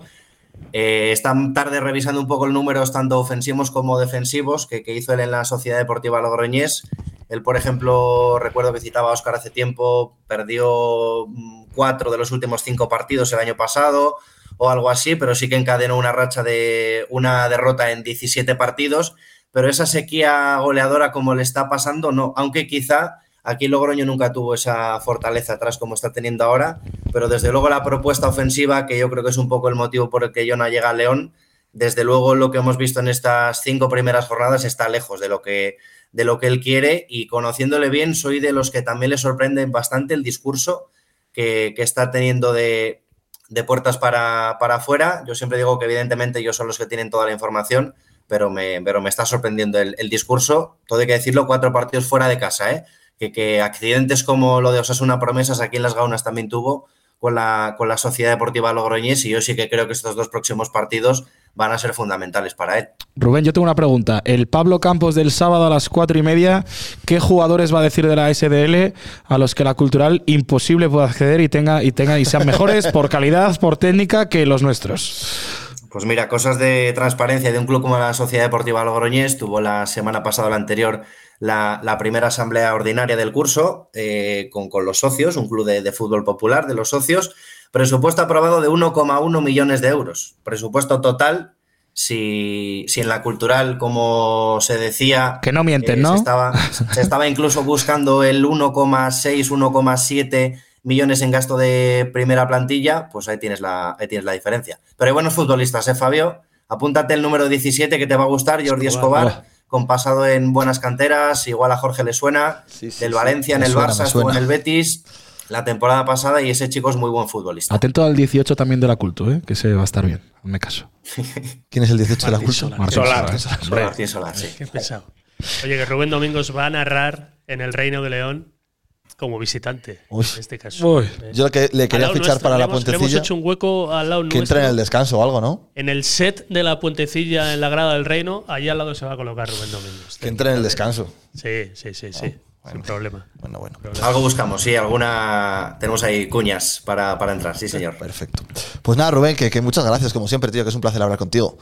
Eh, esta tarde revisando un poco los números, tanto ofensivos como defensivos, que, que hizo él en la Sociedad Deportiva Logroñés. Él, por ejemplo, recuerdo que citaba a Óscar hace tiempo, perdió mm, cuatro de los últimos cinco partidos el año pasado o algo así, pero sí que encadenó una racha de una derrota en 17 partidos. Pero esa sequía goleadora como le está pasando, no. Aunque quizá aquí Logroño nunca tuvo esa fortaleza atrás como está teniendo ahora. Pero desde luego la propuesta ofensiva, que yo creo que es un poco el motivo por el que Jona llega a León, desde luego lo que hemos visto en estas cinco primeras jornadas está lejos de lo que de lo que él quiere y conociéndole bien soy de los que también le sorprende bastante el discurso que, que está teniendo de de puertas para, para afuera. Yo siempre digo que evidentemente ellos son los que tienen toda la información, pero me, pero me está sorprendiendo el, el discurso. Todo hay que decirlo, cuatro partidos fuera de casa, ¿eh? Que, que accidentes como lo de Osasuna Promesas aquí en Las Gaunas también tuvo con la, con la Sociedad Deportiva Logroñés y yo sí que creo que estos dos próximos partidos van a ser fundamentales para él.
Rubén, yo tengo una pregunta. El Pablo Campos del sábado a las cuatro y media, ¿qué jugadores va a decir de la SDL a los que la cultural imposible pueda acceder y tenga y tenga y sean mejores por calidad, por técnica que los nuestros?
Pues mira, cosas de transparencia de un club como la Sociedad Deportiva Logroñés. Tuvo la semana pasada, la anterior, la, la primera asamblea ordinaria del curso eh, con, con, los socios, un club de, de, fútbol popular de los socios. Presupuesto aprobado de 1,1 millones de euros. Presupuesto total, si, si, en la cultural, como se decía.
Que no mienten, eh, ¿no? [LAUGHS]
Se estaba, se estaba incluso buscando el 1,6, 1,7 millones en gasto de primera plantilla, pues ahí tienes la, ahí tienes la diferencia. Pero hay buenos futbolistas, ¿eh, Fabio? Apúntate el número 17 que te va a gustar, Jordi Escobar, Escobar con pasado en buenas canteras, igual a Jorge le suena, sí, sí, del Valencia, sí, en el suena, Barça, estuvo en el Betis la temporada pasada y ese chico es muy buen futbolista.
Atento al 18 también de la Culto, ¿eh? que se va a estar bien, me caso.
¿Quién es el 18 de la Culto?
Solar. Martín Solar.
Martín Solar, Solar, Martín Solar sí.
Qué pesado. Oye, que Rubén Domingos va a narrar en el Reino de León como visitante Uy. en este caso.
Uy. Yo que le quería fichar nuestro, para la
hemos,
puentecilla.
Le hemos hecho un hueco al lado
Que entra en el descanso o algo, ¿no?
En el set de la puentecilla en la grada del reino, allá al lado se va a colocar Rubén Domingos.
Que entra en el descanso.
Sí, sí, sí, sí. Oh, bueno. Sin problema.
Bueno, bueno.
Pues Algo buscamos, sí, alguna. Tenemos ahí cuñas para, para entrar, sí, señor.
Perfecto. Pues nada, Rubén, que, que muchas gracias, como siempre, tío, que es un placer hablar contigo.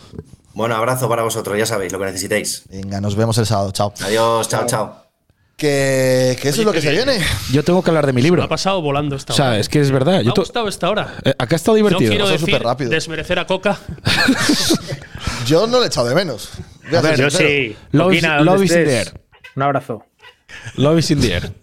Bueno, abrazo para vosotros, ya sabéis lo que necesitéis.
Venga, nos vemos el sábado, chao.
Adiós, chao. chao.
Que, que, eso Oye, es lo que, que se viene. viene.
Yo tengo que hablar de mi libro.
ha pasado volando esta
hora. O sea, es que es verdad.
Me ha gustado esta hora.
Eh, acá ha estado divertido.
No quiero decir rápido. desmerecer a Coca.
yo no le he echado de menos.
A a ver, yo sí.
Love, Coquina, love is in the air.
Un abrazo.
Love is in the air.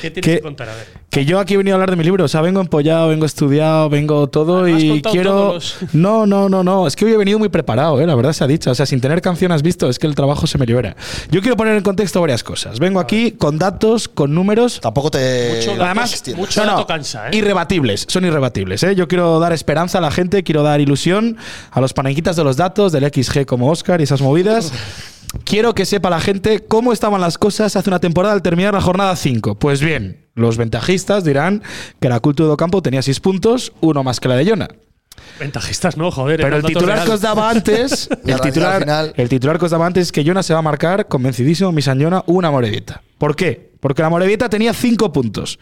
¿Qué tienes que, que, contar? A ver.
Que yo aquí he venido a hablar de mi libro. O sea, vengo empollado, vengo estudiado, vengo todo y quiero. Todos los... No, no, no, no. Es que hoy he venido muy preparado, ¿eh? la verdad se ha dicho. O sea, sin tener canción has visto, es que el trabajo se me libera. Yo quiero poner en contexto varias cosas. Vengo aquí con datos, con números.
Tampoco te.
Mucho dato, Además, mucho no, dato cansa, ¿eh?
Irrebatibles, son irrebatibles. ¿eh? Yo quiero dar esperanza a la gente, quiero dar ilusión a los panenquitas de los datos, del XG como Oscar y esas movidas. quiero que sepa la gente cómo estaban las cosas hace una temporada al terminar la jornada 5. Pues bien, los ventajistas dirán que la Cultura de Ocampo tenía 6 puntos, uno más que la de Yona.
Ventajistas no, joder.
Pero el titular real. que os
[LAUGHS]
daba antes, el, titular, el titular que os daba antes es que Yona se va a marcar, convencidísimo, mi San Yona, una moredita. ¿Por qué? Porque la moredita tenía 5 puntos,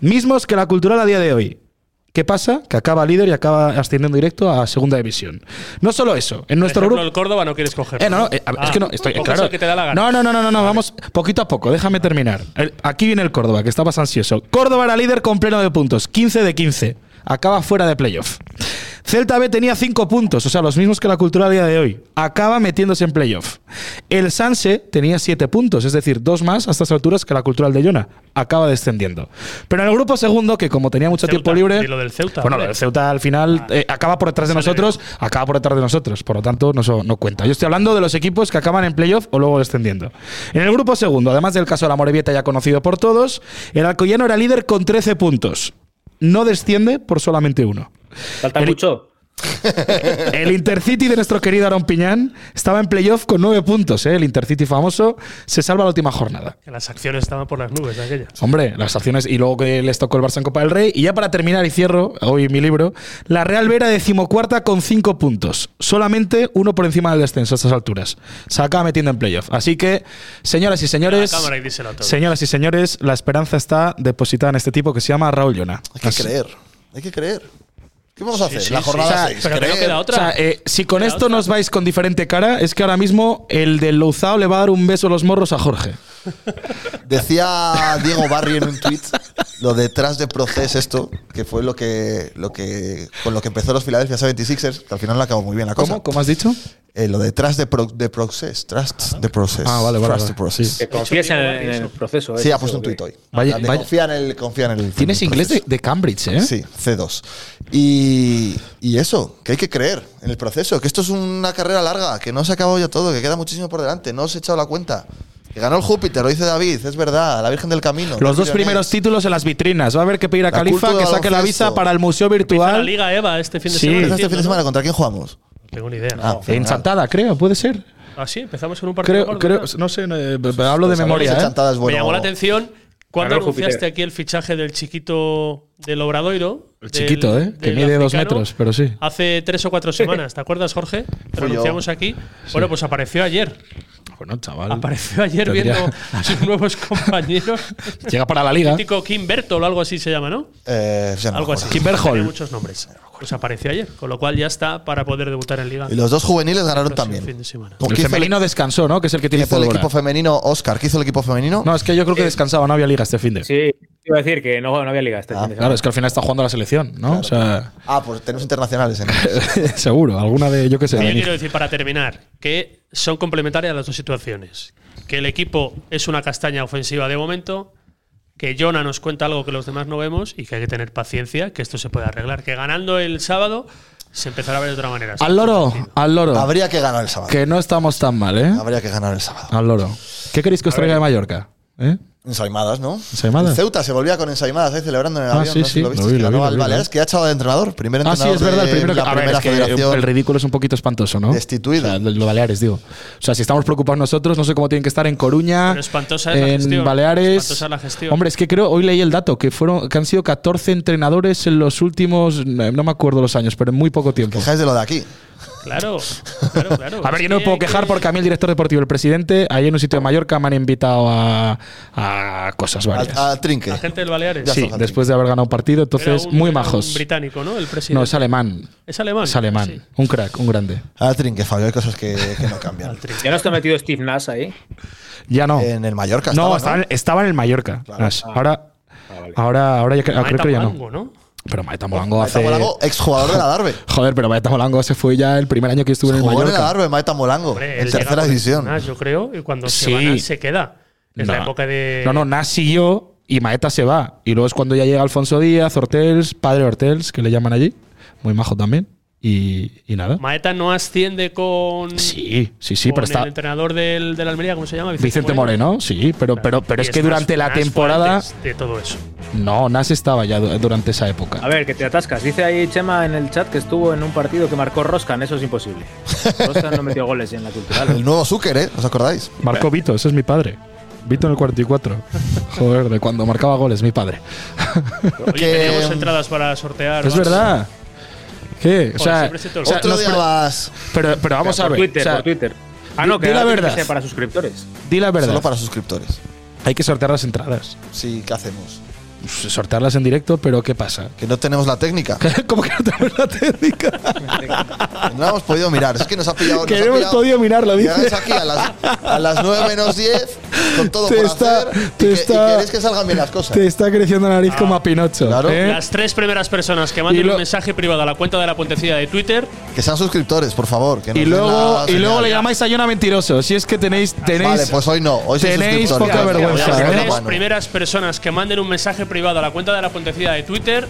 mismos que la Cultural a día de hoy. ¿Qué pasa? Que acaba líder y acaba ascendiendo directo a segunda división. No solo eso, en nuestro
Por
ejemplo, grupo.
el Córdoba no quieres coger.
Eh, no, no, eh, ah, es que no, estoy claro. Que te da la gana. No, no, no, no, no, vamos poquito a poco, déjame terminar. El, aquí viene el Córdoba, que estabas ansioso. Córdoba era líder con pleno de puntos, 15 de 15. Acaba fuera de playoff. Celta B tenía 5 puntos, o sea, los mismos que la cultura a día de hoy. Acaba metiéndose en playoff. El Sanse tenía 7 puntos, es decir, dos más a estas alturas que la cultural de Yona. Acaba descendiendo. Pero en el grupo segundo, que como tenía mucho
Ceuta,
tiempo libre.
Y lo del Ceuta.
Bueno, lo del Ceuta al final eh, acaba por detrás de nosotros, acaba por detrás de nosotros, por lo tanto no, so, no cuenta. Yo estoy hablando de los equipos que acaban en playoff o luego descendiendo. En el grupo segundo, además del caso de la Morevieta ya conocido por todos, el Alcoyano era líder con 13 puntos. No desciende por solamente uno.
Falta el, mucho.
el Intercity de nuestro querido Aaron Piñán estaba en playoff con nueve puntos. ¿eh? El Intercity famoso se salva la última jornada.
Las acciones estaban por las nubes aquellas.
Hombre, las acciones. Y luego que les tocó el Barça en Copa del Rey. Y ya para terminar y cierro hoy mi libro, la Real Vera decimocuarta con cinco puntos. Solamente uno por encima del descenso a estas alturas. Se acaba metiendo en playoff. Así que, señoras y señores,
y
señoras y señores, la esperanza está depositada en este tipo que se llama Raúl Llona.
Hay que Así. creer, hay que creer. ¿Qué vamos a hacer? Sí, sí, la jornada sí, seis,
Pero que no queda otra.
O sea, eh, si con esto otra. nos vais con diferente cara, es que ahora mismo el del Louzao le va a dar un beso a los morros a Jorge.
Decía [LAUGHS] Diego Barrio en un tweet lo detrás de Proces esto, que fue lo que, lo que con lo que empezó los Philadelphia 76ers, que al final lo acabó muy bien la cosa.
¿Cómo? ¿Cómo has dicho?
Eh, lo detrás de, pro, de Process, Trust ah, the Process.
Ah, vale, vale.
Trust
vale. the Process.
Que confíes en, en, el
eh,
proceso.
Sí, ha puesto un tuit hoy. Vaya, vaya. Confía, en el, confía en el.
Tienes
en el
inglés de, de, Cambridge, ¿eh?
Sí, C2. Y, y, eso, que hay que creer en el proceso, que esto es una carrera larga, que no se ha acabado ya todo, que queda muchísimo por delante, no os he echado la cuenta. Que ganó el Júpiter, lo dice David, es verdad, la Virgen del Camino.
Los
Tres
dos primeros
millones.
títulos en las vitrinas. Va a haber que pedir a
La
Califa
culto
que
de
saque la
baloncesto.
visa para el Museo
Empieza la
Virtual
Liga Eva este fin de
Sí.
semana.
Empieza este
entiendo,
fin de semana, ¿contra quién jugamos?
¿no? No tengo ni idea.
Ah,
en
fenomenal.
Chantada, creo, puede ser.
Así Ah, empezamos con un partido.
Creo,
gordo,
creo,
¿verdad?
no sé, eh, hablo de
Pues a ver si
memoria. ¿eh?
Chantada es
Me
bueno.
llamó la atención cuando
Ganó el
anunciaste
Júpiter.
aquí el fichaje del chiquito del Obradoiro.
El
del-
chiquito, ¿eh? Que
del
mide dos
africano,
metros, pero sí.
Hace tres o cuatro semanas, ¿te acuerdas, Jorge? Te lo
Fui yo.
anunciamos aquí. Bueno, pues apareció ayer.
Bueno, chaval.
Apareció ayer
Tendría-
viendo a sus nuevos compañeros.
Llega para la liga.
Tico Kimberto o algo así se llama, ¿no?
Eh, ya no me
Algo
acuerdo.
así.
Kimber Hall.
Tiene muchos nombres. Pues apareció ayer, con lo cual ya está para poder debutar en Liga.
Y los dos juveniles ganaron
el fin
también.
de semana.
¿Con
El
qué hizo
femenino descansó, ¿no? Que es el que
¿Qué
tiene
hizo el
pólvora.
equipo femenino, Oscar? ¿Qué hizo el equipo femenino?
No, es que yo creo que descansaba, no había liga este fin de.
Sí, iba a decir que no, no había liga este
Ah,
fin de semana.
Claro, es que al final está jugando la selección, ¿no?
Ah, pues tenemos internacionales. ¿eh? en
O [LAUGHS] sea, seguro, alguna de, yo qué sé.
Y
de
Yo
Benito.
quiero decir, para terminar, que son complementarias las dos situaciones. Que el equipo es una castaña ofensiva de momento, que Jonah nos cuenta algo que los demás no vemos y que hay que tener paciencia, que esto se puede arreglar. Que ganando el sábado se empezará a ver de otra manera.
Al loro, al loro.
Habría que ganar el sábado.
Que no estamos tan mal, ¿eh?
Habría que ganar el sábado.
Al loro. ¿Qué queréis que os traiga de Mallorca? ¿Eh?
Ensaimadas, ¿no?
Ensaimadas.
El Ceuta se volvía con ensaimadas ahí celebrando en el
Ah,
avión.
sí,
no sé si
sí,
lo
lo
viste.
vi,
que
lo
ganó
vi, lo
al
vi,
Baleares,
lo vi.
que ha echado de entrenador. Primer
Ah,
entrenador
sí, es verdad. El
de
primero que,
la
a ver,
primera
es que
federación.
el ridículo es un poquito espantoso, ¿no?
Destituido.
O sea, de- de Baleares, digo. O sea, si estamos preocupados nosotros, no sé cómo tienen que estar en Coruña,
Pero espantosa es
en
la gestión.
Baleares.
Espantosa es la gestión.
Hombre, es que creo, hoy leí el dato, que fueron que han sido 14 entrenadores en los últimos, no no me acuerdo los años, pero en muy poco tiempo.
Quejáis de lo de aquí.
Claro, claro, claro.
A ver,
Es
yo no me
que
puedo
hay que-
quejar porque a mí el director deportivo y el presidente, ahí en un sitio de Mallorca me han invitado a, a cosas varias.
Al, al trinque.
La gente del Baleares.
sí,
está, Santi.
después de haber ganado un partido, entonces
Era un-
muy
era
majos.
Un británico, ¿no? El presidente.
no, es alemán.
¿Es alemán.
Es alemán.
Sí.
Un crack, un grande.
Al trinque, Fabio. Hay cosas que, que no
[LAUGHS]
cambian.
¿Ya no está metido Steve Nash ahí?
Ya no.
En el Mallorca
no,
estaba,
estaba,
¿no?
en- estaba en el Mallorca. Nas. ahora, ahora, ahora ya cre- Ah, creo
Ah, Maeta
que ya
Mango,
no.
¿no?
Pero Maeta Molango
Pues Maeta
hace.
Molango, exjugador de la Darbe.
Joder, pero Maeta Molango se fue ya el primer año que estuvo en el
Jugó en la
Mallorca.
Darbe, Maeta Molango.
Hombre,
en
él llega
tercera
con
división.
Nas, yo creo, y cuando
Sí.
se va Nas, se queda. Es
No.
la época de.
No, no, Nas siguió y Maeta se va. Y luego es cuando ya llega Alfonso Díaz, Hortels, padre Hortels, que le llaman allí. Muy majo también. Y, y nada.
Maeta no asciende con.
Sí, sí, sí,
con
pero
el
está.
entrenador del, del Almería, ¿cómo se llama?
Vicente Moreno, sí, pero, pero, pero
Y
es que
Nas-
durante la
Nas fue
temporada.
antes De todo eso.
No, Nas estaba ya du- durante esa época.
A ver, que te atascas. Dice ahí Chema en el chat que estuvo en un partido que marcó Roscan. Eso es imposible. Roscan no metió goles en la
El
cultural.
nuevo Zucker, ¿eh? ¿Os acordáis?
Marcó Vito, ese es mi padre. Vito en el 44. Joder, de cuando marcaba goles, mi padre.
Oye,
Que-
tenemos entradas para sortear.
Es
Vas.
verdad. ¿Qué? O sea,
siempre se te
o sea,
Otro
nos
día
pre-
más.
pero, pero vamos a
Por
ver. o
Twitter,
sea,
por Twitter. Ah, no,
di-
que
di la
ahora tiene
verdad.
que ser para suscriptores.
Di la verdad.
Solo para suscriptores.
Hay que sortear las entradas.
Sí, ¿qué hacemos?
Sortearlas en directo, pero ¿qué pasa? [LAUGHS]
Que no tenemos la técnica.
¿Cómo que no tenemos la técnica?
No la hemos podido mirar. Es que nos ha pillado.
[LAUGHS] que
nos ha
no hemos
pillado-
podido mirarlo, dice.
Llegáis aquí a las, a las 9 menos 10 con todo
Te
por
está-
hacer
te
y, que, y
está-
queréis que salgan bien las cosas.
Te está creciendo la nariz como a Pinocho.
Claro.
¿eh?
Las tres primeras personas que manden
Y lo-
un mensaje privado a la cuenta de la puentecilla de Twitter,
Que sean suscriptores, por favor. que nos
Y
den
luego,
la
y luego
señal.
le llamáis a Yona mentiroso. Si es que tenéis. tenéis
Vale, pues hoy no. Hoy soy
tenéis
suscriptor.
poca
Venga,
vergüenza,
voy a
las
¿eh?
sacar la
tres
mano.
primeras personas que manden un mensaje privado a la cuenta de la puentecilla de Twitter,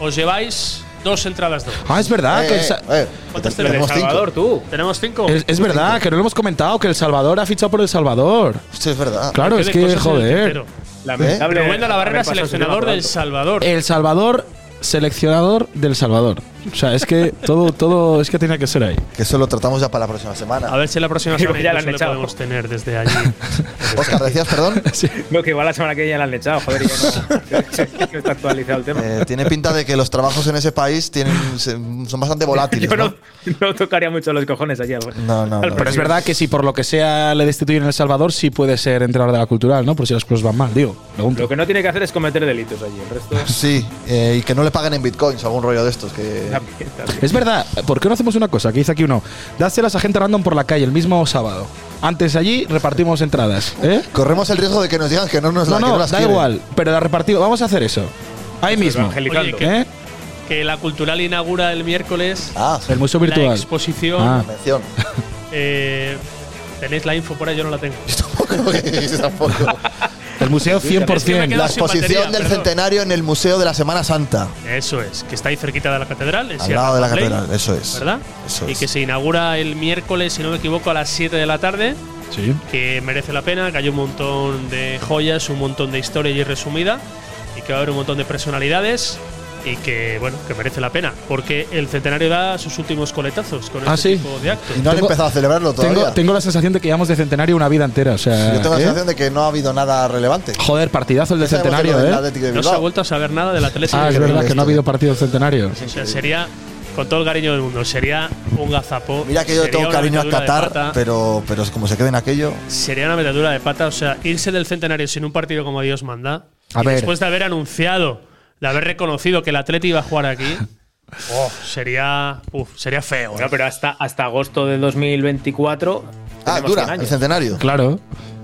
os lleváis dos entradas dobles.
Ah, es verdad.
Eh,
que el
eh,
Sa-
eh,
¿Cuántas
que tenemos
tenemos,
cinco.
Salvador, tú.
¿Tenemos cinco?
es, es verdad que no lo hemos comentado, que El Salvador ha fichado por El Salvor.
Sí, es Eh, verdad.
Claro,
Qué
es
de
que,
cosas en el
joder.
tintero.
Lamentable.
Rubén de la Barrera,
haber pasado
seleccionador
sin
del
tema
Salvador.
Eh.
El Salvador, seleccionador del Salvador. O sea, es que todo, todo, es que tenía que ser ahí.
Que eso lo tratamos ya para la próxima semana.
A ver si la próxima
Digo,
semana
[LAUGHS] ya la han
incluso le
echado.
podemos tener desde allí.
Oscar, decías, perdón.
por tanto. No, que igual la semana que viene ya la han echado. Joder, ya
[LAUGHS]
no, no está actualizado el tema.
Eh, tiene pinta de que los trabajos en ese país tienen, se- son bastante volátiles.
Yo
¿no?
no, no tocaría mucho los [LAUGHS] cojones allí. al-
No, no,
al
no.
Pero es verdad que si por lo que sea le destituyen en El Salvador, sí puede ser entrenador de la cultural, ¿no? Por si las cosas van mal, digo.
Lo
Pregunto.
que no tiene que hacer es cometer delitos allí. El resto [LAUGHS]
Sí, eh, y que no le paguen en bitcoins o algún rollo de estos. Que
también, también.
Es verdad, ¿por qué no hacemos una cosa? Que dice aquí uno, dáselas a gente random por la calle el mismo sábado. Antes allí repartimos entradas, ¿eh?
corremos el riesgo de que nos digan que no nos la,
No,
que no
no,
las
da
quieren.
igual, pero la repartimos. Vamos a hacer eso. Ahí mismo.
Evangelizando.
Oye,
¿Eh?
que la cultural inaugura el miércoles
Ah,
El museo
la
virtual.
exposición.
Ah.
mención. [LAUGHS]
Eh, Tenéis la info por ahí, yo no la tengo.
Tampoco, tampoco.
El museo 100%.
Es que me he
La
quedado sin
exposición
batería,
del
perdón.
centenario en el Museo de la Semana Santa.
Eso es, que está ahí cerquita de la catedral. en
Al
Sierra
lado de la
Play,
catedral, eso es.
¿Verdad?
Eso
y
es.
que se inaugura el miércoles, si no me equivoco, a las 7 de la tarde.
Sí.
que merece la pena, que hay un montón de joyas, un montón de historia y resumida, y que va a haber un montón de personalidades. Y que, bueno, que merece la pena, porque el centenario da sus últimos coletazos con
Ah,
este
sí.
tipo de actos.
Y no han
Tengo-
empezado a celebrarlo todavía.
Tengo, tengo la sensación de que llevamos de centenario una vida entera. O sea,
Yo tengo la
¿eh?
sensación de que no ha habido nada relevante.
Joder, partidazo el del
Ya sabemos que
centenario,
lo del
¿eh?
Athletic de
No se ha
Bilbao.
vuelto a saber nada del Atlético.
Ah,
de
es
Bilbao.
verdad que no ha habido partido centenario.
O sea, sería, con todo el cariño del mundo, sería un gazapó.
Mira que yo
sería
tengo
una
cariño a
metedura de
Qatar,
pata,
pero, pero es como se queda en aquello.
Sería una metadura de pata. O sea, irse del centenario sin un partido como Dios manda.
A
y
ver.
Después de haber anunciado, de haber reconocido que el Atleti iba a jugar
[LAUGHS]
aquí. oh, sería. uf, sería feo. eh.
Bueno, pero hasta, hasta agosto de 2024.
Ah,
tenemos
dura,
100
el
años.
centenario.
Claro.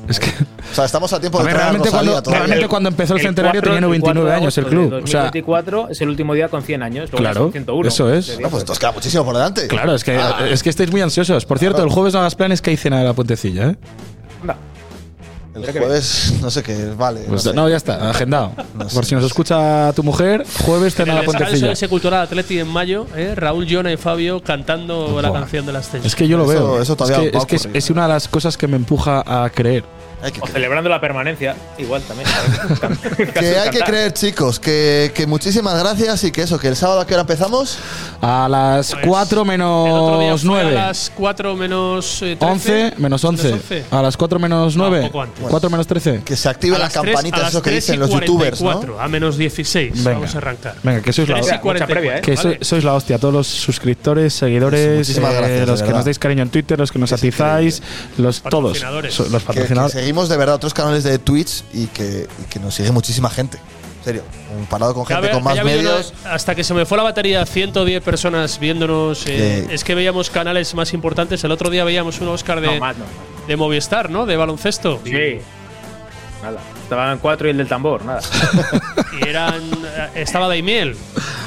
Es que.
O sea, estamos a tiempo
A
de
ver,
traer a
realmente
Rosalía
cuando-
todavía.
Eh,
realmente cuando empezó el centenario tenía 99 años el club, o sea-
2024 es el último día con 100 años. luego
Claro,
es 101.
eso es.
Ese día,
No, pues nos queda muchísimo por delante.
Claro, es que,
Ah,
es que estáis muy ansiosos. Por cierto, el jueves no hagas planes que hay cena de la puentecilla, ¿eh?
anda.
el jueves, no sé qué, vale.
Pues
no sé.
no, ya está, agendado.
No sé.
Por si nos escucha tu mujer, jueves
En
cena de
el
la
descanso
puentecilla.
de ese cultural Atleti en mayo, eh, Raúl, Jona y Fabio cantando la
Buah.
canción del ascenso.
Es que yo lo
Eso-
veo.
eso
es
todavía
que,
va a
es, que es-
ocurrir.
es una de las cosas que me empuja a creer.
Hay que
O
creer.
celebrando la permanencia, igual también.
[LAUGHS] Que hay que creer, chicos, que, que muchísimas gracias y que eso, que el sábado a qué hora empezamos.
A las
Pues,
4
El otro día
menos
fue
9.
A las 4 menos. eh, 13,
11 menos 11. A las 4 menos
No,
9.
poco antes.
4 menos 13.
Pues, Que se activen
A
las,
las tres-
campanitas,
a las
eso que
tres y
dicen los youtubers, ¿no?
44, A menos 16.
Venga.
Vamos a arrancar.
Venga, que sois la,
Tres y
Mucha
cuarenta y
previa,
cuatro,
¿eh?
que so-
¿vale?
sois la hostia. Todos los suscriptores, seguidores, eh,
Muchísimas gracias, de
los que
verdad.
nos dais cariño en Twitter, los que nos atizáis, los todos.
Patrocinadores.
So- Los
Que- que
patrocinadores.
seguimos de verdad otros canales de Twitch y que, y que nos sigue muchísima gente. En serio, comparado con
Que
gente
había-
con más
haya habido
medios.
una- hasta que se me fue la batería, 110 personas viéndonos. eh,
Que-
es que veíamos canales más importantes. El otro día veíamos un Oscar de,
No, más no.
de Movistar, ¿no? De baloncesto.
Sí. Nada. Estaban cuatro y el del tambor, nada.
Y eran. eh, estaba Daimiel,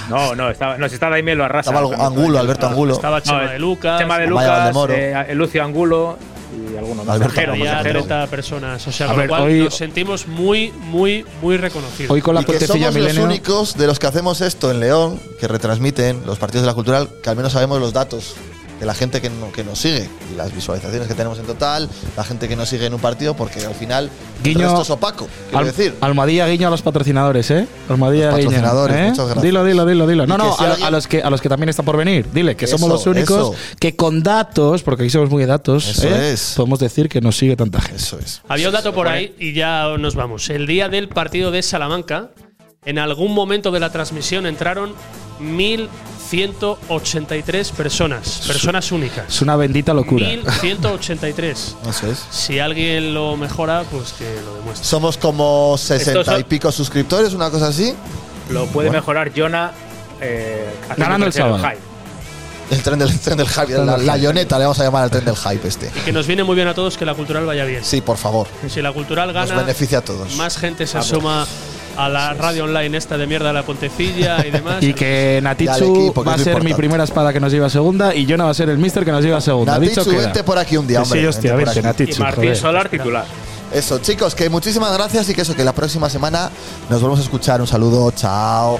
No, no, estaba, no, si estaba Daimiel lo arrasa.
Estaba algo- Angulo, Alberto Angulo.
estaba Chema
No,
de Lucas.
Chema
Vaya
de Lucas,
Valdemoro.
eh, Lucio Angulo y alguno más.
Alberto
Tajero,
Vamos Angulo. a
Había
hacer
Tajero.
eso.
30 personas. O sea,
A
con lo
ver,
cual
hoy-
nos sentimos muy, muy, muy reconocidos.
Hoy con la
y que
puentecilla
somos los
milenio.
únicos de los que hacemos esto en León, que retransmiten los partidos de la cultural, que al menos sabemos los datos de la gente que, no- que nos sigue y las visualizaciones que tenemos en total, la gente que nos sigue en un partido, porque al final
Guiño-
el resto es opaco. Quiero
Al-
decir,
Almadía guiño a los patrocinadores, ¿eh? Almadía
Los
guiño,
patrocinadores,
¿eh?
muchas gracias.
Dilo, dilo, dilo, dilo.
Y
No,
que
no,
si
a,
alguien-
a los que, a los que también están por venir. Dile que somos
Eso,
los únicos
eso.
que con datos, porque aquí somos muy de datos,
Eso
¿eh?
es.
podemos decir que nos sigue tanta gente.
eso es.
Había un dato por ahí y ya nos vamos. El día del partido de Salamanca, en algún momento de la transmisión entraron 1.183 personas, personas únicas.
Es una bendita locura.
1.183.
Eso es.
Si alguien lo mejora, pues que lo demuestre.
Somos como 60 y
son-
pico suscriptores, una cosa así.
Lo puede mejorar Jonah. Eh, haciendo
Ganando el
crecer
sábado.
hype.
El tren del, el tren del hype, la, la ioneta, le vamos a llamar al tren del hype este.
Y que nos viene muy bien a todos que la cultural vaya bien.
Sí, por favor.
Pues
Si la cultural
Nos
gana,
beneficia a todos.
más gente se asoma a la radio online esta de mierda de la Pontecilla y demás.
[LAUGHS] Y que
Y al
Natitsu
equipo, que
va a
es lo
ser mi
importante.
primera espada que nos lleva a segunda y Jonah va a ser el mister que nos lleva a segunda. Dicho
Natitsu,
queda.
vente por aquí un día,
Que
hombre.
Sí, hostia,
Vente por
vente,
aquí.
Y
Natitsu.
Martín
joder.
Solar titular.
Eso, chicos, que muchísimas gracias y que eso, que la próxima semana nos volvemos a escuchar. Un saludo, chao.